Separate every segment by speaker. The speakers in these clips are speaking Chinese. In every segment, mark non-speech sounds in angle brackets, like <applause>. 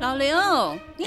Speaker 1: 老刘，你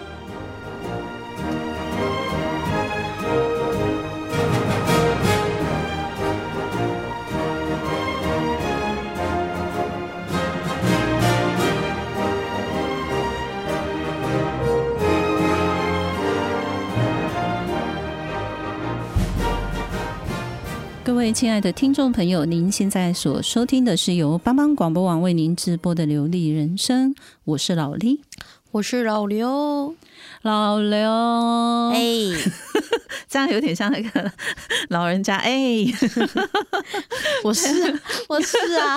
Speaker 1: 各位亲爱的听众朋友，您现在所收听的是由帮帮广播网为您直播的《流利人生》，我是老李，
Speaker 2: 我是老刘，
Speaker 1: 老刘，
Speaker 3: 哎，
Speaker 1: 这样有点像那个 <laughs> 老人家，哎、
Speaker 2: 我是 <laughs> 我是啊，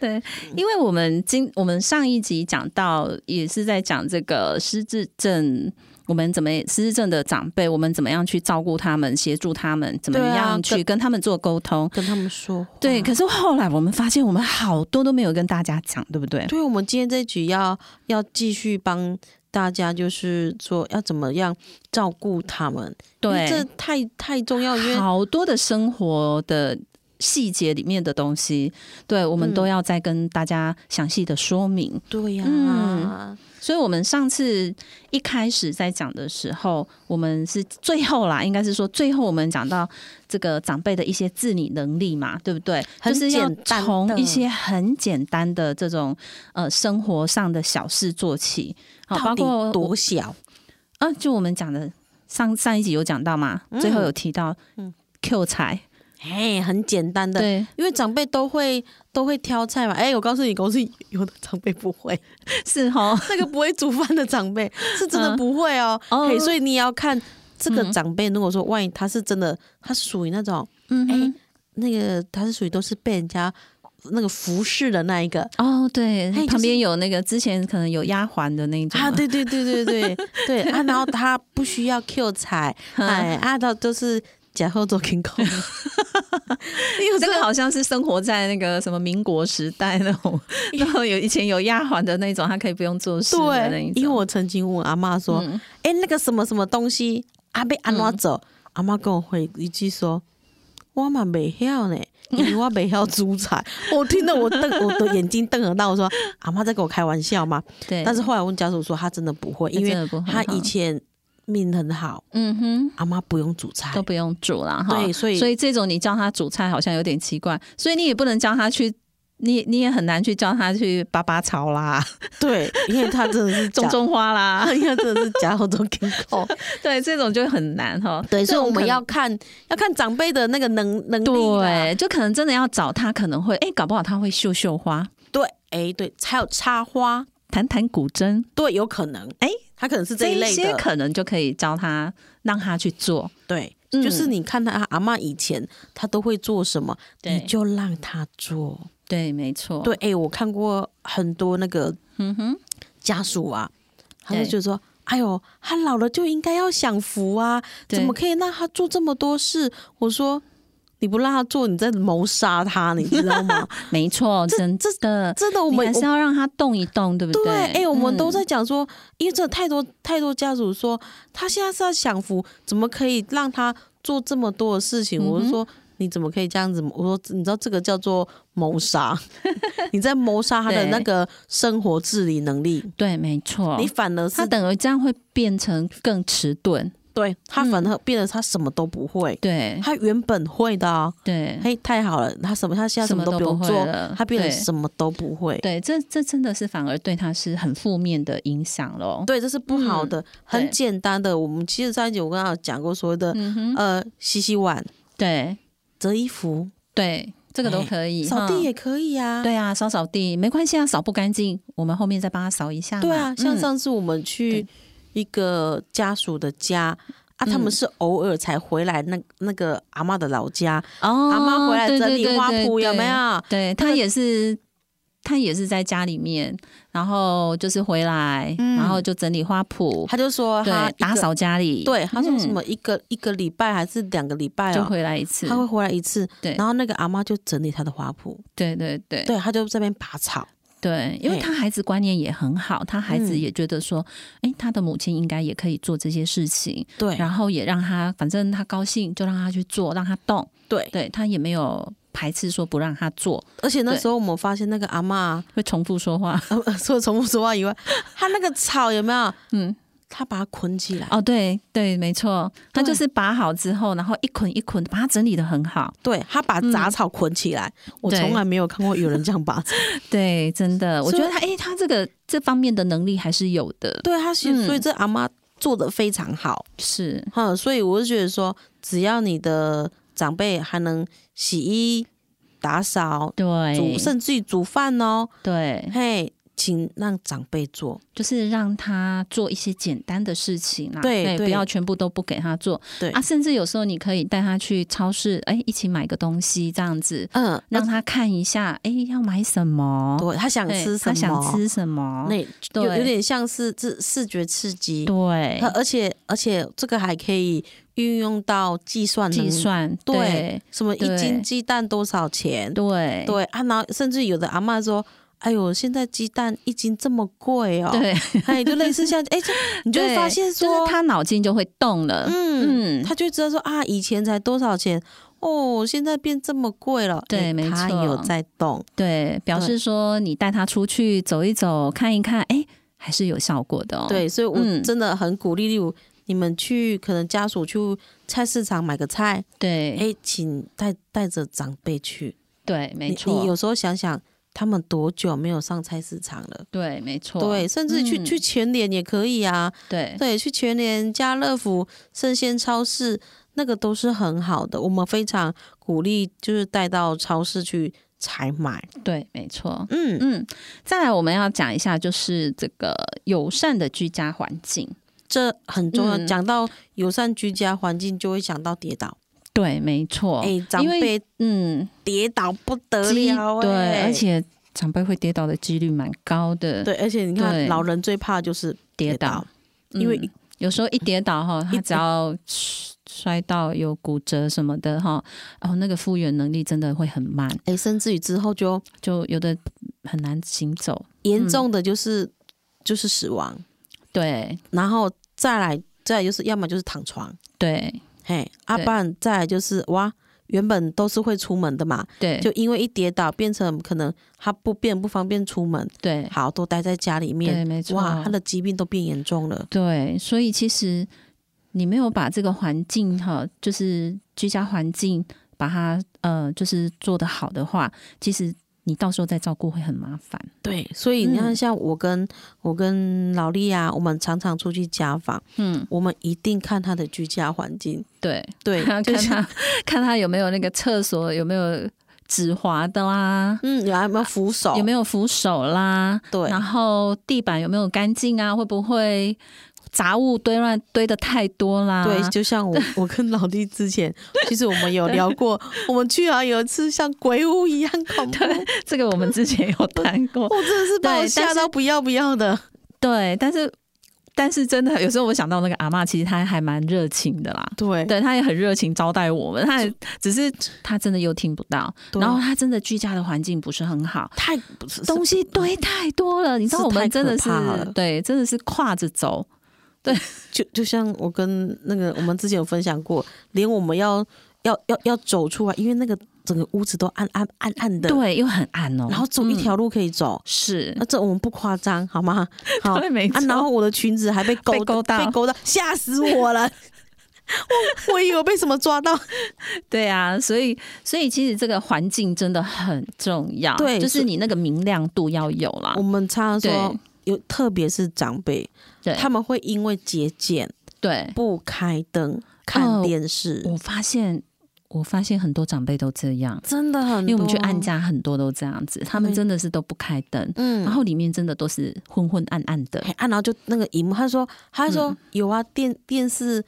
Speaker 1: 对，因为我们今我们上一集讲到，也是在讲这个失智症，我们怎么失智症的长辈，我们怎么样去照顾他们，协助他们，怎么
Speaker 2: 对啊
Speaker 1: 样去
Speaker 2: 跟嗯
Speaker 1: 跟他们做沟通。
Speaker 2: 跟他们说话。
Speaker 1: 对，可是后来我们发现，我们好多都没有跟大家讲，对不对？
Speaker 2: 对，我们今天这局要要继续帮大家，就是说要怎么样照顾他们，因为这
Speaker 1: 对，
Speaker 2: 太太重要，因为
Speaker 1: 好多的生活的细节里面的东西，对我们
Speaker 2: 嗯
Speaker 1: 都要再跟大家详细的说明。
Speaker 2: 对呀、
Speaker 1: 嗯所以，我们上次一开始在讲的时候，我们是最后啦，应该是说最后我们讲到这个长辈的一些自理能力嘛，对不对？
Speaker 2: 很
Speaker 1: 就是要
Speaker 2: 简单的
Speaker 1: 从一些很简单的这种呃生活上的小事做起，好，包
Speaker 2: 到底
Speaker 1: 括
Speaker 2: 多小？
Speaker 1: 啊，就我们讲的上上一集有讲到嘛，最后有提到
Speaker 2: 嗯
Speaker 1: Q 财，
Speaker 2: 哎，很简单的，
Speaker 1: 对，
Speaker 2: 因为长辈都会都会挑菜嘛。哎，我告诉你，公司有的长辈
Speaker 1: <laughs>
Speaker 2: 不会，
Speaker 1: 是哦，
Speaker 2: 那个不会煮饭的长辈是真的
Speaker 1: 嗯
Speaker 2: 不会哦。
Speaker 1: <laughs> 哦
Speaker 2: 嘿，所以你也要看这个
Speaker 1: 嗯
Speaker 2: 长辈，如果说万一他是真的，他是属于那种
Speaker 1: 嗯
Speaker 2: 哎
Speaker 1: 哼，
Speaker 2: 那个他是属于都是被人家那个服侍的那一个
Speaker 1: 哦，对
Speaker 2: 哎嘿就，是
Speaker 1: 旁边有那个之前可能有丫鬟的那一种
Speaker 2: 啊，
Speaker 1: 嘛，
Speaker 2: <laughs> 对对对对对对
Speaker 1: <laughs>
Speaker 2: 啊，然后他不需要 Q 彩，
Speaker 1: 嗯
Speaker 2: 哎啊，他都是假后做
Speaker 1: <laughs>
Speaker 2: King Kong，有
Speaker 1: 这个好像是生活在那个什么民国时代那
Speaker 2: <laughs>
Speaker 1: 种，然后有以前有丫鬟的那种，她可以不用做事的那一
Speaker 2: 对
Speaker 1: 种。，
Speaker 2: 因为我曾经问阿妈说，哎、
Speaker 1: 嗯
Speaker 2: 那个什么什么东西阿被安怎走，阿妈跟我回一句说。我嘛没晓 <laughs> 呢，因为我没晓煮菜。我听得我瞪我的眼睛瞪得到，我说 <laughs> 阿妈在跟我开玩笑吗？
Speaker 1: 对，
Speaker 2: 但是后来问家属说，他真的不会，嗯因
Speaker 1: 真
Speaker 2: 为
Speaker 1: 的不会
Speaker 2: 他
Speaker 1: 哈
Speaker 2: 以前命很好，
Speaker 1: 嗯哼
Speaker 2: 阿妈不用煮菜
Speaker 1: 都。不用煮了哈。
Speaker 2: 对所以
Speaker 1: 所以这种你叫她煮菜好像有点奇怪，所以你也不能叫她去。你你也很难去叫她去拔拔草
Speaker 2: <laughs>
Speaker 1: 啦、
Speaker 2: <laughs> 对，因为他真的是
Speaker 1: 种
Speaker 2: 假，
Speaker 1: 种花啦，
Speaker 2: <laughs> 因为真的是假后中 King Kong。
Speaker 1: 对，这种就很难哈。
Speaker 2: <laughs> 对，
Speaker 1: 这
Speaker 2: 所以
Speaker 1: 种
Speaker 2: 我们
Speaker 1: 可能
Speaker 2: 要看要看长辈的那个能能力啦。
Speaker 1: 对，就可能真的要找她，可能会哎、搞不好她会绣绣花、
Speaker 2: 对，哎，对，还有插花，
Speaker 1: 弹弹古筝，
Speaker 2: 对，有可能，
Speaker 1: 哎，
Speaker 2: 他可能是这
Speaker 1: 这
Speaker 2: 一类
Speaker 1: 些
Speaker 2: 的。
Speaker 1: 可能就可以教她，让她去做。
Speaker 2: 对，
Speaker 1: 嗯
Speaker 2: 就是你看他阿妈以前他都会做什么，
Speaker 1: 对
Speaker 2: 你就让他做。
Speaker 1: 对，没错。
Speaker 2: 对，哎，我看过很多那个
Speaker 1: 嗯哼，
Speaker 2: 家属啊，他就
Speaker 1: 对
Speaker 2: 觉得说。哎呦，他老了就应该要享福啊！
Speaker 1: 对
Speaker 2: 怎么可以让他做这么多事？我说你不让他做，你在谋杀他，你知
Speaker 1: <laughs>
Speaker 2: 道吗？
Speaker 1: 没错，真
Speaker 2: 这
Speaker 1: 的，
Speaker 2: 真的，我
Speaker 1: 你
Speaker 2: 们
Speaker 1: 还是
Speaker 2: 我
Speaker 1: 要让他动一动，对不
Speaker 2: 对，
Speaker 1: 哎
Speaker 2: 哎、、我们都在讲说，因为这太多太多家属说，他现在是要享福，怎么可以让他做这么多的事情？我
Speaker 1: 嗯
Speaker 2: 就
Speaker 1: 哼
Speaker 2: 说。你怎么可以这样子？我说，你知道这个叫做谋杀， <laughs> 你在谋杀他的
Speaker 1: 对
Speaker 2: 那个生活自理能力，
Speaker 1: 对，没错
Speaker 2: 你。反而
Speaker 1: 他
Speaker 2: 是
Speaker 1: 等于这样会变成更迟钝，
Speaker 2: 对他
Speaker 1: 嗯
Speaker 2: 反而变得他什么都不会，
Speaker 1: 对
Speaker 2: 他原本会的啊，
Speaker 1: 对
Speaker 2: 嘿，太好了，他什么他现在什么都不用
Speaker 1: 嗯什么都
Speaker 2: 做
Speaker 1: 不会了，
Speaker 2: 他变得
Speaker 1: 对
Speaker 2: 什么都不会，
Speaker 1: 对，这这真的是反而对他是很负面的影响咯。
Speaker 2: 对，这是不好的，很
Speaker 1: 嗯对
Speaker 2: 简单的。我们其实上一集我跟他有讲过所谓的、
Speaker 1: 嗯哼，
Speaker 2: 呃洗洗碗、
Speaker 1: 对
Speaker 2: 折衣服，
Speaker 1: 对这个都可以。
Speaker 2: 扫
Speaker 1: 哈
Speaker 2: 地也可以啊。
Speaker 1: 对啊，扫扫地没关系啊，扫不干净，我们后面再帮他扫一下嘛。
Speaker 2: 对啊，像
Speaker 1: 嗯
Speaker 2: 上次我们去一个家属的家。啊，他
Speaker 1: 嗯
Speaker 2: 们是偶尔才回来那那个阿嬷的老家，
Speaker 1: 哦，
Speaker 2: 阿嬷回来
Speaker 1: 对
Speaker 2: 整
Speaker 1: 对
Speaker 2: 理
Speaker 1: 对
Speaker 2: 花
Speaker 1: 对
Speaker 2: 圃有
Speaker 1: 对
Speaker 2: 没有
Speaker 1: 对
Speaker 2: 那
Speaker 1: 他
Speaker 2: 个
Speaker 1: 也是，他也是在家里面，然后就是回来，然后就整理花圃，
Speaker 2: 他就说嗯他
Speaker 1: 对
Speaker 2: 一，个
Speaker 1: 打，扫家里，
Speaker 2: 对，他说什
Speaker 1: 嗯
Speaker 2: 么一个、一个礼拜还是两个礼拜
Speaker 1: 就
Speaker 2: 哦，
Speaker 1: 回来一次
Speaker 2: 他，会回来一次，
Speaker 1: 对
Speaker 2: 然后那个阿嬷就整理他的花圃，
Speaker 1: 对对对
Speaker 2: 对，他就在那边拔草，
Speaker 1: 对，因为
Speaker 2: 嘿
Speaker 1: 他孩子观念也很好，他孩子
Speaker 2: 嗯
Speaker 1: 也觉得说，哎，他的母亲应该也可以做这些事情，
Speaker 2: 对
Speaker 1: 然后也让他，反正他高兴就让他去做，让他动，
Speaker 2: 对，
Speaker 1: 对他也没有排斥说不让他做，
Speaker 2: 而且那
Speaker 1: 对
Speaker 2: 时候我们发现那个阿嬷
Speaker 1: 会重复说
Speaker 2: <laughs>
Speaker 1: 话，
Speaker 2: 呃除了重复说话以外，他那个草有没有？
Speaker 1: 嗯。
Speaker 2: 他把它捆起来，
Speaker 1: 哦，对对，没错，他
Speaker 2: 对
Speaker 1: 就是拔好之后，然后一捆一捆把它整理的很好。
Speaker 2: 对他把杂草捆起来，
Speaker 1: 嗯
Speaker 2: 我
Speaker 1: 对
Speaker 2: 从来没有看过有人这样拔
Speaker 1: <laughs>
Speaker 2: 草。 <laughs>
Speaker 1: 对，真的，我觉
Speaker 2: 所以
Speaker 1: 得他诶，他这个这方面的能力还是有的。
Speaker 2: 对他，
Speaker 1: 嗯
Speaker 2: 所以这阿妈做的非常好，
Speaker 1: 是，
Speaker 2: 哈、所以我就觉得说，只要你的长辈还能洗衣、打扫、煮，
Speaker 1: 对，
Speaker 2: 甚至于煮饭哦，
Speaker 1: 对，
Speaker 2: 嘿，请让长辈做。
Speaker 1: 就是让他做一些简单的事情啦，
Speaker 2: 对
Speaker 1: 对，
Speaker 2: 对
Speaker 1: 不要全部都不给他做。
Speaker 2: 对
Speaker 1: 啊，甚至有时候你可以带他去超市，哎，一起买个东西这样子，
Speaker 2: 嗯，
Speaker 1: 让
Speaker 2: 那
Speaker 1: 他看一下，哎，要买什么，
Speaker 2: 对他想
Speaker 1: 哎
Speaker 2: 吃什
Speaker 1: 他
Speaker 2: 么，
Speaker 1: 想吃什么，
Speaker 2: 那有
Speaker 1: 对
Speaker 2: 有点像是视视觉刺激。
Speaker 1: 对
Speaker 2: 呃，而且而且这个还可以运用到计算能
Speaker 1: 计算，
Speaker 2: 对
Speaker 1: 对
Speaker 2: 什么一
Speaker 1: 对
Speaker 2: 斤鸡蛋多少钱？
Speaker 1: 对
Speaker 2: 对啊，然后甚至有的阿嬷说：“哎呦，现在鸡蛋一斤这么贵哦。”，
Speaker 1: 对，
Speaker 2: <laughs> 哎，就类似像哎，这你就会
Speaker 1: 对
Speaker 2: 发现
Speaker 1: 就
Speaker 2: 说，
Speaker 1: 是他脑筋就会动了。
Speaker 2: 嗯
Speaker 1: 嗯
Speaker 2: 他就会知道说啊，以前才多少钱哦，现在变这么贵了。
Speaker 1: 对
Speaker 2: 哎
Speaker 1: 没
Speaker 2: 他
Speaker 1: 错
Speaker 2: 有在动，
Speaker 1: 对，表
Speaker 2: 对
Speaker 1: 示说你带他出去走一走，看一看，哎，还是有效果的哦。
Speaker 2: 对，所以我
Speaker 1: 嗯
Speaker 2: 真的很鼓励，例如你们去可能家属去菜市场买个菜，
Speaker 1: 对、
Speaker 2: 哎，请带带着长辈去。
Speaker 1: 对，没
Speaker 2: 你
Speaker 1: 错，
Speaker 2: 你有时候想想，他们多久没有上菜市场了？
Speaker 1: 对，没错，
Speaker 2: 对，甚至去、
Speaker 1: 嗯
Speaker 2: 去全联也可以啊。
Speaker 1: 对
Speaker 2: 对，去全联、家乐福、生鲜超市，那个都是很好的。我们非常鼓励，就是带到超市去采买。
Speaker 1: 对，没错。
Speaker 2: 嗯，
Speaker 1: 嗯，再来我们要讲一下，就是这个友善的居家环境。
Speaker 2: 这很重要。
Speaker 1: 嗯
Speaker 2: 讲到友善居家环境，就会想到跌倒。
Speaker 1: 对，没错。
Speaker 2: 哎、长
Speaker 1: 哦因为
Speaker 2: 辈
Speaker 1: 嗯，
Speaker 2: 跌倒不得
Speaker 1: 几
Speaker 2: 了、哎
Speaker 1: 对，而且长辈会跌倒的几率蛮高的。
Speaker 2: 对，而且你
Speaker 1: 对
Speaker 2: 看，老人最怕就是
Speaker 1: 跌
Speaker 2: 跌倒
Speaker 1: 倒，，
Speaker 2: 因为
Speaker 1: 嗯有时候一跌倒哈，他
Speaker 2: 一
Speaker 1: 只要摔摔到有骨折什么的哈，哦，那个复原能力真的会很慢，
Speaker 2: 哎、甚至于之后就
Speaker 1: 就有的很难行走。
Speaker 2: 严重的就是、就是死亡，
Speaker 1: 对
Speaker 2: 然后再来再来就是要么就是躺床，
Speaker 1: 对
Speaker 2: 嘿，阿
Speaker 1: 对
Speaker 2: 半再来就是哇，原本都是会出门的嘛，
Speaker 1: 对，
Speaker 2: 就因为一跌倒变成可能他不便不方便出门，
Speaker 1: 对
Speaker 2: 好都待在家里
Speaker 1: 对，
Speaker 2: 面，
Speaker 1: 没错。
Speaker 2: 哇，他的疾病都变严重了，
Speaker 1: 对，所以其实你没有把这个环境哈，就是居家环境，把它呃，就是做得好的话，其实你到时候再照顾会很麻烦。
Speaker 2: 对，所以你看
Speaker 1: 嗯
Speaker 2: 像我跟、我跟劳力啊，我们常常出去家访，
Speaker 1: 嗯，
Speaker 2: 我们一定看他的居家环境，
Speaker 1: 对，，<laughs>
Speaker 2: 对 <laughs>
Speaker 1: 看
Speaker 2: 就是
Speaker 1: 他看他有没有那个厕所有没有止滑的啦。
Speaker 2: 嗯，有没有扶手，
Speaker 1: 有没
Speaker 2: 有
Speaker 1: 有扶手啦？
Speaker 2: 对
Speaker 1: 然后地板有没有干净啊？会不会杂物堆乱堆的太多啦？
Speaker 2: 对，就像我，我跟老弟之前，其实我们有聊过，我们居然有一次像鬼屋一样恐怖，
Speaker 1: <laughs> 这个我们之前有谈过，
Speaker 2: <laughs> 我真的是把我
Speaker 1: 对但
Speaker 2: 吓
Speaker 1: 是
Speaker 2: 到不要不
Speaker 1: <laughs>
Speaker 2: 要的。
Speaker 1: 对，但是但是真的，有时候我想到那个阿嬷，其实她还蛮热情的啦。
Speaker 2: 对
Speaker 1: 对，她也很热情招待我们，她也只是她真的又听不到，
Speaker 2: 对
Speaker 1: 然后她真的居家的环境不是很好，
Speaker 2: 太不是
Speaker 1: 东西堆太多了，你知道
Speaker 2: 是
Speaker 1: 我们
Speaker 2: 太
Speaker 1: 真的
Speaker 2: 可
Speaker 1: 是
Speaker 2: 怕了
Speaker 1: 对，真的是跨着走，
Speaker 2: 就就像我跟那个我们之前有分享过，连我们要要要要走出来，因为那个整个屋子都暗暗暗暗的，，
Speaker 1: 对，又很暗哦，
Speaker 2: 然后走一条路可以走。
Speaker 1: 是
Speaker 2: 那、，这我们不夸张，
Speaker 1: <laughs>
Speaker 2: 好吗？好
Speaker 1: 对没
Speaker 2: 啊，
Speaker 1: 错
Speaker 2: 然后我的裙子还被勾
Speaker 1: 被勾到
Speaker 2: 被勾到，吓死
Speaker 1: <laughs>
Speaker 2: 我了！我我以为被什么抓到，
Speaker 1: 对啊，所以所以其实这个环境真的很重要，
Speaker 2: 对
Speaker 1: 就是
Speaker 2: 所
Speaker 1: 你那个明亮度要有啦
Speaker 2: 我，们常常说
Speaker 1: 啊对，
Speaker 2: 有特别是长辈，
Speaker 1: 对，
Speaker 2: 他们会因为节俭
Speaker 1: 对，
Speaker 2: 不开灯
Speaker 1: 哦
Speaker 2: 看电视。
Speaker 1: 我发现我发现很多长辈都这样，
Speaker 2: 真的很
Speaker 1: 因
Speaker 2: 多，
Speaker 1: 为我们去按，家很多都这样子，他们真的是都不开灯，
Speaker 2: 嗯，
Speaker 1: 然后里面真的都是昏昏暗暗的
Speaker 2: 嘿。按，然后就那个荧幕，他说，他说、
Speaker 1: 嗯
Speaker 2: 有啊，电电视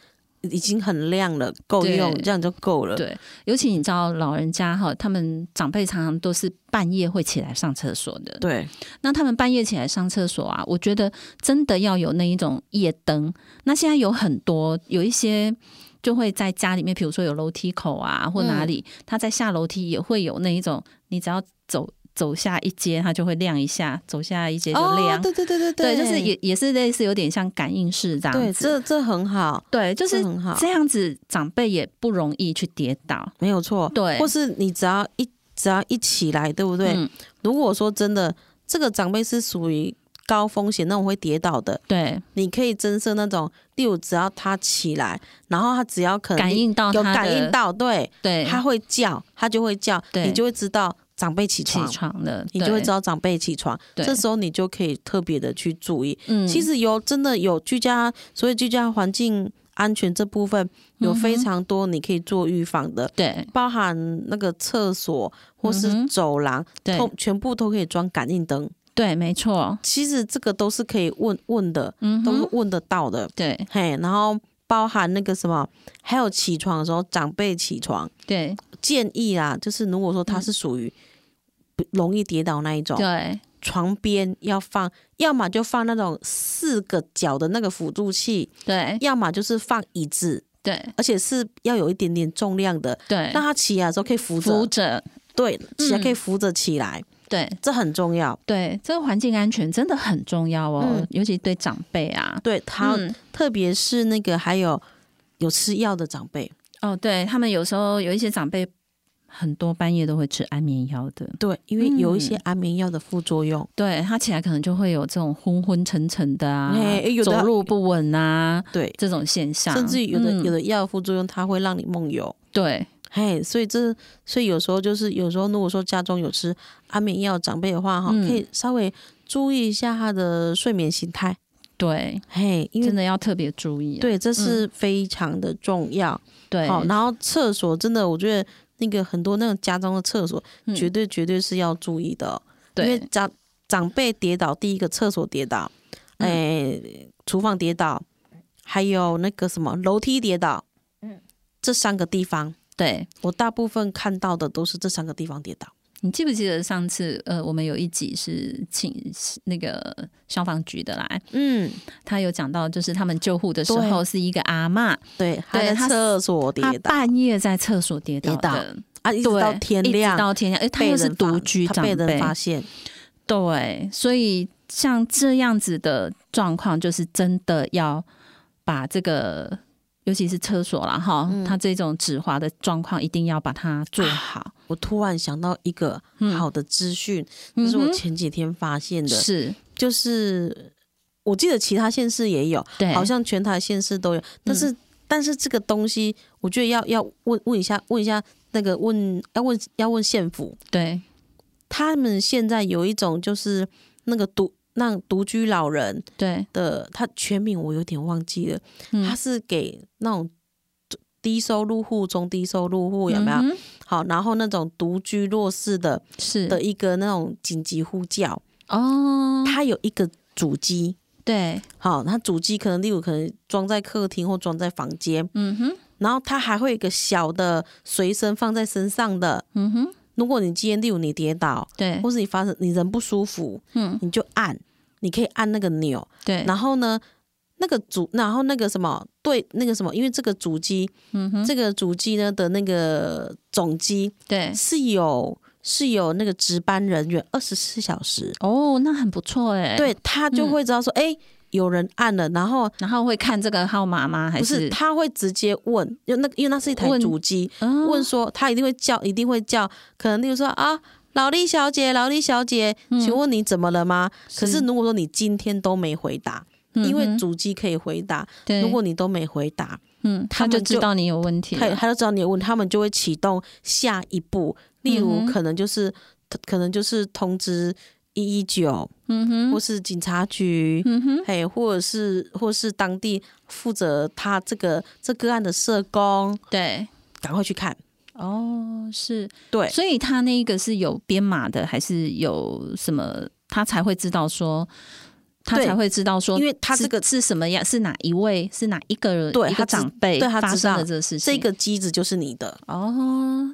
Speaker 2: 已经很亮了，够
Speaker 1: 对
Speaker 2: 用，这样就够了。
Speaker 1: 对，尤其你知道老人家哈，他们长辈常常都是半夜会起来上厕所的。
Speaker 2: 对，
Speaker 1: 那他们半夜起来上厕所啊，我觉得真的要有那一种夜灯。那现在有很多有一些就会在家里面，比如说有楼梯口啊，或哪里，
Speaker 2: 嗯
Speaker 1: 他在下楼梯也会有那一种，你只要走走下一阶，它就会亮一下，走下一阶就亮。
Speaker 2: 哦，对对对对
Speaker 1: 对就是也也是类似有点像感应式这
Speaker 2: 对，
Speaker 1: 样子。
Speaker 2: 这这很好，
Speaker 1: 对，就是
Speaker 2: 这很好
Speaker 1: 这样子，长辈也不容易去跌倒。
Speaker 2: 没有错。
Speaker 1: 对
Speaker 2: 或是你只要一只要一起来，对不对？
Speaker 1: 嗯
Speaker 2: 如果说真的，这个长辈是属于高风险那种会跌倒的，
Speaker 1: 对，
Speaker 2: 你可以增设那种，例如只要他起来，然后他只要可能
Speaker 1: 感应到
Speaker 2: 有
Speaker 1: 他
Speaker 2: 感
Speaker 1: 的
Speaker 2: 应，到，对，
Speaker 1: 对，
Speaker 2: 他会叫，他就会叫，
Speaker 1: 对
Speaker 2: 你就会知道长辈起
Speaker 1: 起
Speaker 2: 床。
Speaker 1: 床了，
Speaker 2: 你
Speaker 1: 对
Speaker 2: 就会知，道长辈起床，
Speaker 1: 对
Speaker 2: 这时候你就可以特别的去注意。
Speaker 1: 嗯，
Speaker 2: 其实有真的有居家，所以居家环境安全这部分有
Speaker 1: 嗯
Speaker 2: 非
Speaker 1: 哼
Speaker 2: 常多你可以做预防的，
Speaker 1: 对
Speaker 2: 包含那个厕所或
Speaker 1: 嗯
Speaker 2: 是
Speaker 1: 哼
Speaker 2: 走廊，
Speaker 1: 对
Speaker 2: 通全部都可以装感应灯。
Speaker 1: 对，没错，
Speaker 2: 其实这个都是可以问问的，
Speaker 1: 嗯
Speaker 2: 都
Speaker 1: 哼，
Speaker 2: 是问得到的。
Speaker 1: 对
Speaker 2: 嘿，然后包含那个什么，还有起床的时候，长辈起床
Speaker 1: 对
Speaker 2: 建议啊，就是如果说他是属于不容易跌倒那一种，
Speaker 1: 嗯对，
Speaker 2: 床边要放，要么就放那种四个角的那个辅助器，
Speaker 1: 对
Speaker 2: 要么就是放椅子，
Speaker 1: 对
Speaker 2: 而且是要有一点点重量的，
Speaker 1: 对
Speaker 2: 让，他起来的时候可以扶着，
Speaker 1: 扶着，
Speaker 2: 对，起来
Speaker 1: 嗯
Speaker 2: 可以扶着起来，
Speaker 1: 对
Speaker 2: 这很重要。
Speaker 1: 对，这个环境安全真的很重要哦，
Speaker 2: 嗯
Speaker 1: 尤其对长辈啊，
Speaker 2: 对他，
Speaker 1: 嗯
Speaker 2: 特别是那个还有有吃药的长辈，
Speaker 1: 哦，对他们有时候有一些长辈，很多半夜都会吃安眠药的，
Speaker 2: 对，因为有一些
Speaker 1: 嗯
Speaker 2: 安眠药的副作用，
Speaker 1: 对他起来可能就会有这种昏昏沉沉的啊
Speaker 2: 哎哎，有的
Speaker 1: 走路不稳啊
Speaker 2: 对，
Speaker 1: 这种现象，
Speaker 2: 甚至于有的、有
Speaker 1: 的
Speaker 2: 的药副作用，它会让你梦游。
Speaker 1: 对
Speaker 2: 嘿，所以这所以有时候就是有时候，如果说家中有吃安眠药长辈的话，哈、
Speaker 1: 嗯
Speaker 2: 可以稍微注意一下他的睡眠形态。
Speaker 1: 对，
Speaker 2: 嘿，因
Speaker 1: 真
Speaker 2: 为
Speaker 1: 的要特别注意啊，
Speaker 2: 对，这是非常的重要。
Speaker 1: 对，
Speaker 2: 好，然后厕所真的，我觉得那个很多那种家中的厕所，
Speaker 1: 嗯
Speaker 2: 绝对绝对是要注意的哦，因为
Speaker 1: 对
Speaker 2: 长长辈跌倒，第一个厕所跌倒，
Speaker 1: 嗯
Speaker 2: 哎、厨房跌倒，还有那个什么楼梯跌倒，嗯，这三个地方。
Speaker 1: 对。
Speaker 2: 我大部分看到的都是这三个地方跌倒。
Speaker 1: 你记不记得上次呃，我们有一集是请那个消防局的来，
Speaker 2: 嗯，
Speaker 1: 他有讲到，就是他们救护的时候是一个阿嬷，
Speaker 2: 对，他
Speaker 1: 对
Speaker 2: 在
Speaker 1: 他
Speaker 2: 厕所跌
Speaker 1: 她
Speaker 2: 倒
Speaker 1: 半夜在厕所跌倒
Speaker 2: 跌倒
Speaker 1: 的，
Speaker 2: 啊，一直
Speaker 1: 对，
Speaker 2: 到天
Speaker 1: 一直
Speaker 2: 亮，
Speaker 1: 到天亮，哎，他
Speaker 2: 被
Speaker 1: 又是
Speaker 2: 人发
Speaker 1: 独居
Speaker 2: 他
Speaker 1: 长
Speaker 2: 被人
Speaker 1: 辈，
Speaker 2: 发现。
Speaker 1: 对，所以像这样子的状况，就是真的要把这个。尤其是厕所啦，哈，
Speaker 2: 嗯
Speaker 1: 他这种止滑的状况一定要把它做
Speaker 2: 啊
Speaker 1: 好。
Speaker 2: 我突然想到一个
Speaker 1: 嗯
Speaker 2: 好的资讯，这
Speaker 1: 嗯
Speaker 2: 是
Speaker 1: 哼
Speaker 2: 我前几天发现的，
Speaker 1: 是，
Speaker 2: 就是我记得其他县市也有，
Speaker 1: 对，
Speaker 2: 好像全台县市都有，
Speaker 1: 嗯
Speaker 2: 但是、但是这个东西，我觉得要要问问一下，问一下那个问要问要问县府，
Speaker 1: 对，
Speaker 2: 他们现在有一种就是那个独让独居老人
Speaker 1: 对，
Speaker 2: 的，他全名我有点忘记了，
Speaker 1: 嗯
Speaker 2: 他是给那种低收入户、中低收入户有没有？
Speaker 1: 嗯哼
Speaker 2: 好，然后那种独居弱势的
Speaker 1: 是
Speaker 2: 的一个那种紧急呼叫，
Speaker 1: 哦，
Speaker 2: 它有一个主机，
Speaker 1: 对，
Speaker 2: 好，它主机可能例如可能装在客厅或装在房间，
Speaker 1: 嗯哼，
Speaker 2: 然后它还会有一个小的随身放在身上的。
Speaker 1: 嗯哼，
Speaker 2: 如果你今天例如你跌倒，
Speaker 1: 对
Speaker 2: 或，是你发生你人不舒服，
Speaker 1: 嗯，
Speaker 2: 你就按，你可以按那个钮，
Speaker 1: 对，
Speaker 2: 然后呢，那个主，然后那个什么，对，那个什么，因为这个主机，
Speaker 1: 嗯哼，
Speaker 2: 这个主机呢的那个总机
Speaker 1: 对，
Speaker 2: 是有是有那个值班人员二十四小时，
Speaker 1: 哦，那很不错哎。，
Speaker 2: 对他就会知道说，哎、
Speaker 1: 嗯
Speaker 2: 有人按了，然后
Speaker 1: 然后会看这个号码吗？还
Speaker 2: 不是他会直接问，因为那个因为那是一台
Speaker 1: 问
Speaker 2: 主机，
Speaker 1: 嗯
Speaker 2: 问说他一定会叫，一定会叫，可能例如说啊。劳力小姐，劳力小姐，请问你怎么了吗？可是
Speaker 1: 嗯是
Speaker 2: 如果说你今天都没回答，
Speaker 1: 嗯
Speaker 2: 因为
Speaker 1: 哼
Speaker 2: 主机可以回答，
Speaker 1: 对，
Speaker 2: 如果你都没回答，
Speaker 1: 嗯，
Speaker 2: 他
Speaker 1: 他就
Speaker 2: 们
Speaker 1: 知
Speaker 2: 就
Speaker 1: 道你有问题
Speaker 2: 他
Speaker 1: 了，
Speaker 2: 他就知道你有问，他们就会启动下一步，例如
Speaker 1: 嗯哼
Speaker 2: 可能就是、可能就是通知一一九，
Speaker 1: 嗯哼，
Speaker 2: 或是警察局，
Speaker 1: 嗯哼，
Speaker 2: 嘿，或者是或是当地负责他这个这个案的社工，
Speaker 1: 对
Speaker 2: 赶快去看。
Speaker 1: 哦，是，
Speaker 2: 对，
Speaker 1: 所以他那一个是有编码的，还是有什么，他才会知道说，他
Speaker 2: 对
Speaker 1: 才会知道说，
Speaker 2: 因为他
Speaker 1: 是
Speaker 2: 这个
Speaker 1: 是什么样，是哪一位，是哪一个人，
Speaker 2: 对
Speaker 1: 一
Speaker 2: 他
Speaker 1: 个
Speaker 2: 知
Speaker 1: 长辈
Speaker 2: 对他
Speaker 1: 发
Speaker 2: 知
Speaker 1: 生
Speaker 2: 道
Speaker 1: 了这个事情，
Speaker 2: 这个机子就是你的，
Speaker 1: 哦，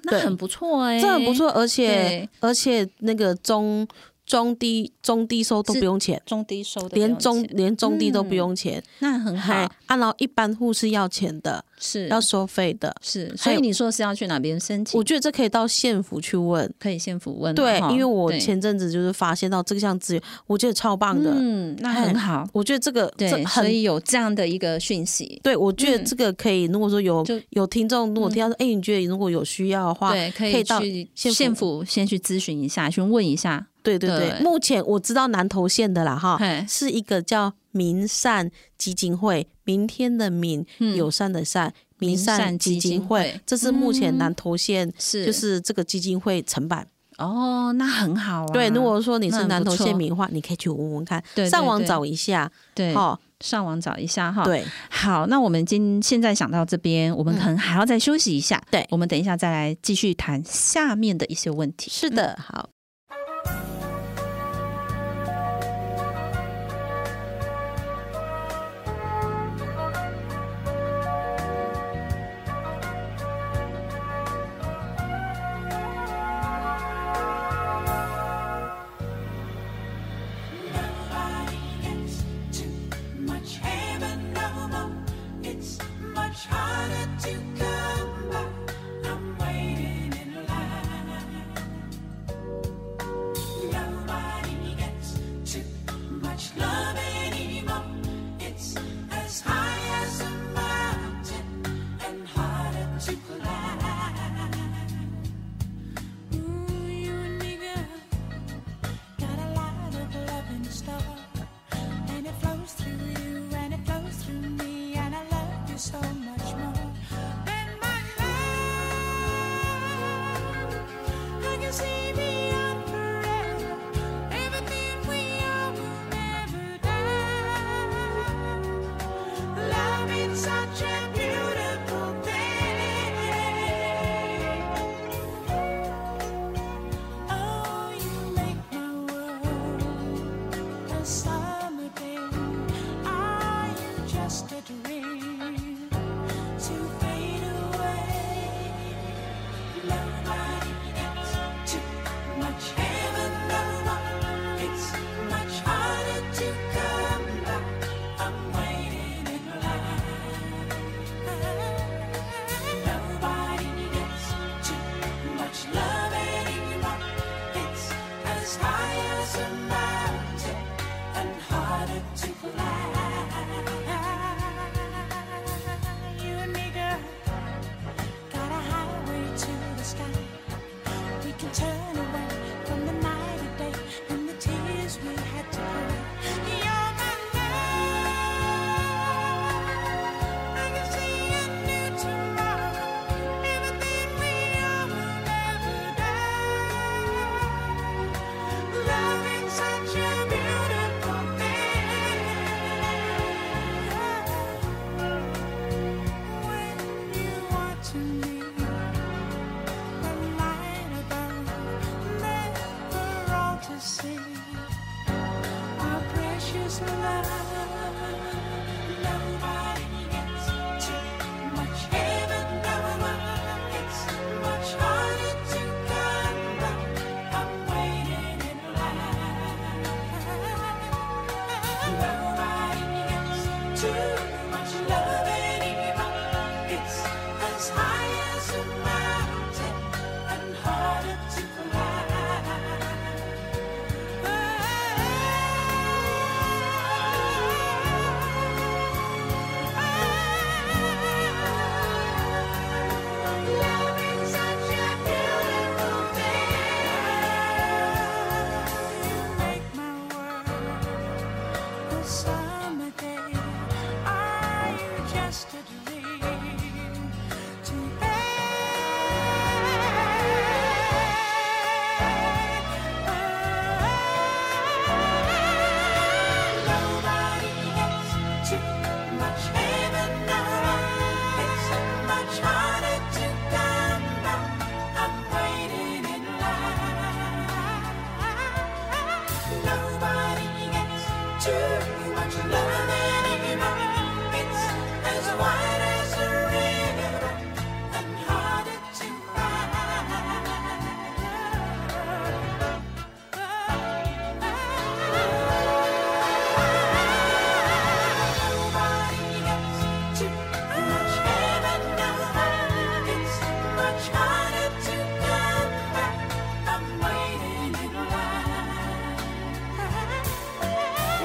Speaker 1: 那
Speaker 2: 对
Speaker 1: 很不错哎、
Speaker 2: 这很不，错，而且
Speaker 1: 对
Speaker 2: 而且那个中中低中低收都
Speaker 1: 是
Speaker 2: 不用钱，
Speaker 1: 中低收的
Speaker 2: 连
Speaker 1: 了解
Speaker 2: 中连中低都不用钱，
Speaker 1: 那嗯很
Speaker 2: 还
Speaker 1: 好，
Speaker 2: 按照一般护士要钱的，
Speaker 1: 是
Speaker 2: 要收费的，
Speaker 1: 是，所
Speaker 2: 还有
Speaker 1: 以你说是要去哪边申请
Speaker 2: 我？觉得这可以到县府去问。
Speaker 1: 可以先抚问啊，
Speaker 2: 对，
Speaker 1: 哈
Speaker 2: 因为我
Speaker 1: 对
Speaker 2: 前阵子就是发现到这项资源，我觉得超棒的。
Speaker 1: 嗯，那
Speaker 2: 哎
Speaker 1: 很好，
Speaker 2: 我觉得这个这
Speaker 1: 对，所
Speaker 2: 很
Speaker 1: 以有这样的一个讯息，
Speaker 2: 对，我觉得
Speaker 1: 嗯
Speaker 2: 这个可以。如果说有
Speaker 1: 就嗯
Speaker 2: 有听众，如果听到说，哎，你觉得如果有需要的话，
Speaker 1: 对，可
Speaker 2: 可
Speaker 1: 以
Speaker 2: 以到
Speaker 1: 去
Speaker 2: 县府
Speaker 1: 县府先去咨询一下，询问一下，
Speaker 2: 对对对
Speaker 1: 对，
Speaker 2: 目前我知道南投县的啦哈
Speaker 1: 嘿，
Speaker 2: 是一个叫民善基金会，明天的明，
Speaker 1: 嗯
Speaker 2: 友善的善，民
Speaker 1: 民善
Speaker 2: 善
Speaker 1: 基
Speaker 2: 基
Speaker 1: 金
Speaker 2: 金
Speaker 1: 会嗯
Speaker 2: 会，这是目前南投县
Speaker 1: 是
Speaker 2: 就是这个基金会承办。
Speaker 1: 哦，那很好啊，
Speaker 2: 对，如果说你
Speaker 1: 那
Speaker 2: 是
Speaker 1: 很
Speaker 2: 南
Speaker 1: 不
Speaker 2: 投县
Speaker 1: 错
Speaker 2: 民的话，你可以去闻闻看
Speaker 1: 对对，
Speaker 2: 上网
Speaker 1: 对
Speaker 2: 找一下
Speaker 1: 对
Speaker 2: 哈。
Speaker 1: 上网找一下哈，，
Speaker 2: 对，
Speaker 1: 好，那我们今现在想到这边，我们可能还要再休息一下，
Speaker 2: 对
Speaker 1: 我们等一下再来继续谈下面的一些问题，嗯
Speaker 2: 是的，好。
Speaker 4: Nobody gets too much heaven no more. It's much harder to come by. I'm waiting in line. Nobody gets too much love anymore. It's as high as a mountain and harder to climb. Ooh, you and me, girl. Got a lot of love in store, and it flows through you, and it flows through me, and I love you so much more than my love. I can see me out forever. Everything we are will never die. Love is such a beautiful thing. Oh, you make my world a summer day. Are you just a dream to fade away? Nobody gets too much heaven no more. It's much harder to come back. I'm waiting in line. Nobody gets too much love anymore. It's as high as a mountain and harder to climb. You and me, girl. Got a highway to the sky. We can turn away from the night of day and the tears we had to cry. You're my love. I can see a new tomorrow. Everything we are will never die. Love is such a beautiful thing. When you are to me, the light above never all to see. Our precious love, nobody gets too much heaven, no one. It's much harder to come back. I'm waiting in line. Nobody gets too much love anymore. It's as high as a mountain and harder to climb. Love is such a beautiful thing. You make my world a summer day. too much love anymore. It's as wide as a river and harder to find. Nobody gets too much heaven now. It's much harder to come back. I'm waiting in line.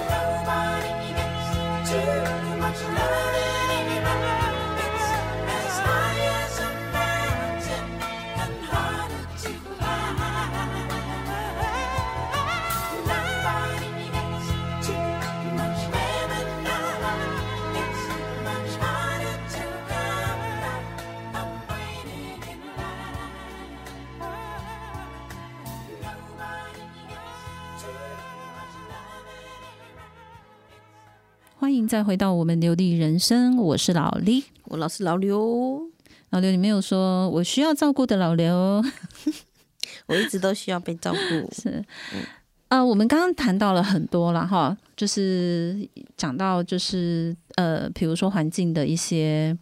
Speaker 4: Nobody gets too much love anymore. It's as high as a mountain and harder to climb. Nobody gets too much heaven now. It's much harder to come back. I'm waiting in line. Nobody gets too much love anymore.
Speaker 1: 欢迎再回到我们流利人生，我是老李。
Speaker 2: 我老是老刘，
Speaker 1: 老刘，你没有说我需要照顾的老刘。
Speaker 2: 我一直都需要被
Speaker 1: <laughs>
Speaker 2: 照顾。
Speaker 1: 呃，我们刚刚谈到了很多了哈，就是讲到就是呃，比如说环境的一些，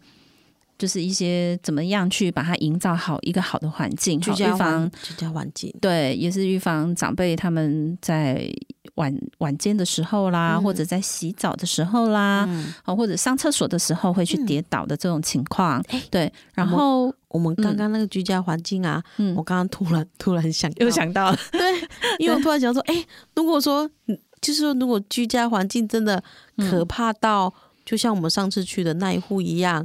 Speaker 1: 就是一些怎么样去把它营造好一个好的环境，
Speaker 2: 居
Speaker 1: 好
Speaker 2: 家
Speaker 1: 预防
Speaker 2: 环居家环境，
Speaker 1: 对，也是预防长辈他们在晚晚间的时候啦，或
Speaker 2: 嗯
Speaker 1: 者在洗澡的时候啦，哦，或者上厕所的时候会去跌倒的这种情况。对，然后
Speaker 2: 嗯我们刚刚那个居家环境啊，
Speaker 1: 嗯
Speaker 2: 我刚刚突然突然想到，
Speaker 1: 到了，
Speaker 2: 对，
Speaker 1: <laughs>
Speaker 2: 因为我突然想说，哎、如果说嗯就是说，如果居家环境真的
Speaker 1: 嗯
Speaker 2: 可怕到，就像我们上次去的那一户一
Speaker 1: <laughs>
Speaker 2: 样，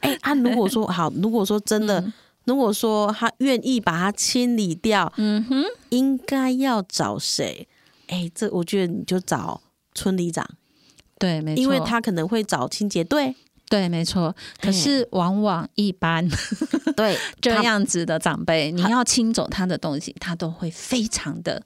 Speaker 2: 哎、啊，如果说好，如果说真的，
Speaker 1: 嗯
Speaker 2: 如果说他愿意把它清理掉，
Speaker 1: 嗯哼，
Speaker 2: 应该要找谁？哎、这我觉得你就找村里长，
Speaker 1: 对，没错，
Speaker 2: 因为他可能会找清洁队，
Speaker 1: 对，没错。可
Speaker 2: 哎
Speaker 1: 是往往一般 <laughs>
Speaker 2: 对，
Speaker 1: 这样子的长辈，你要清走他的东西，他都会非常的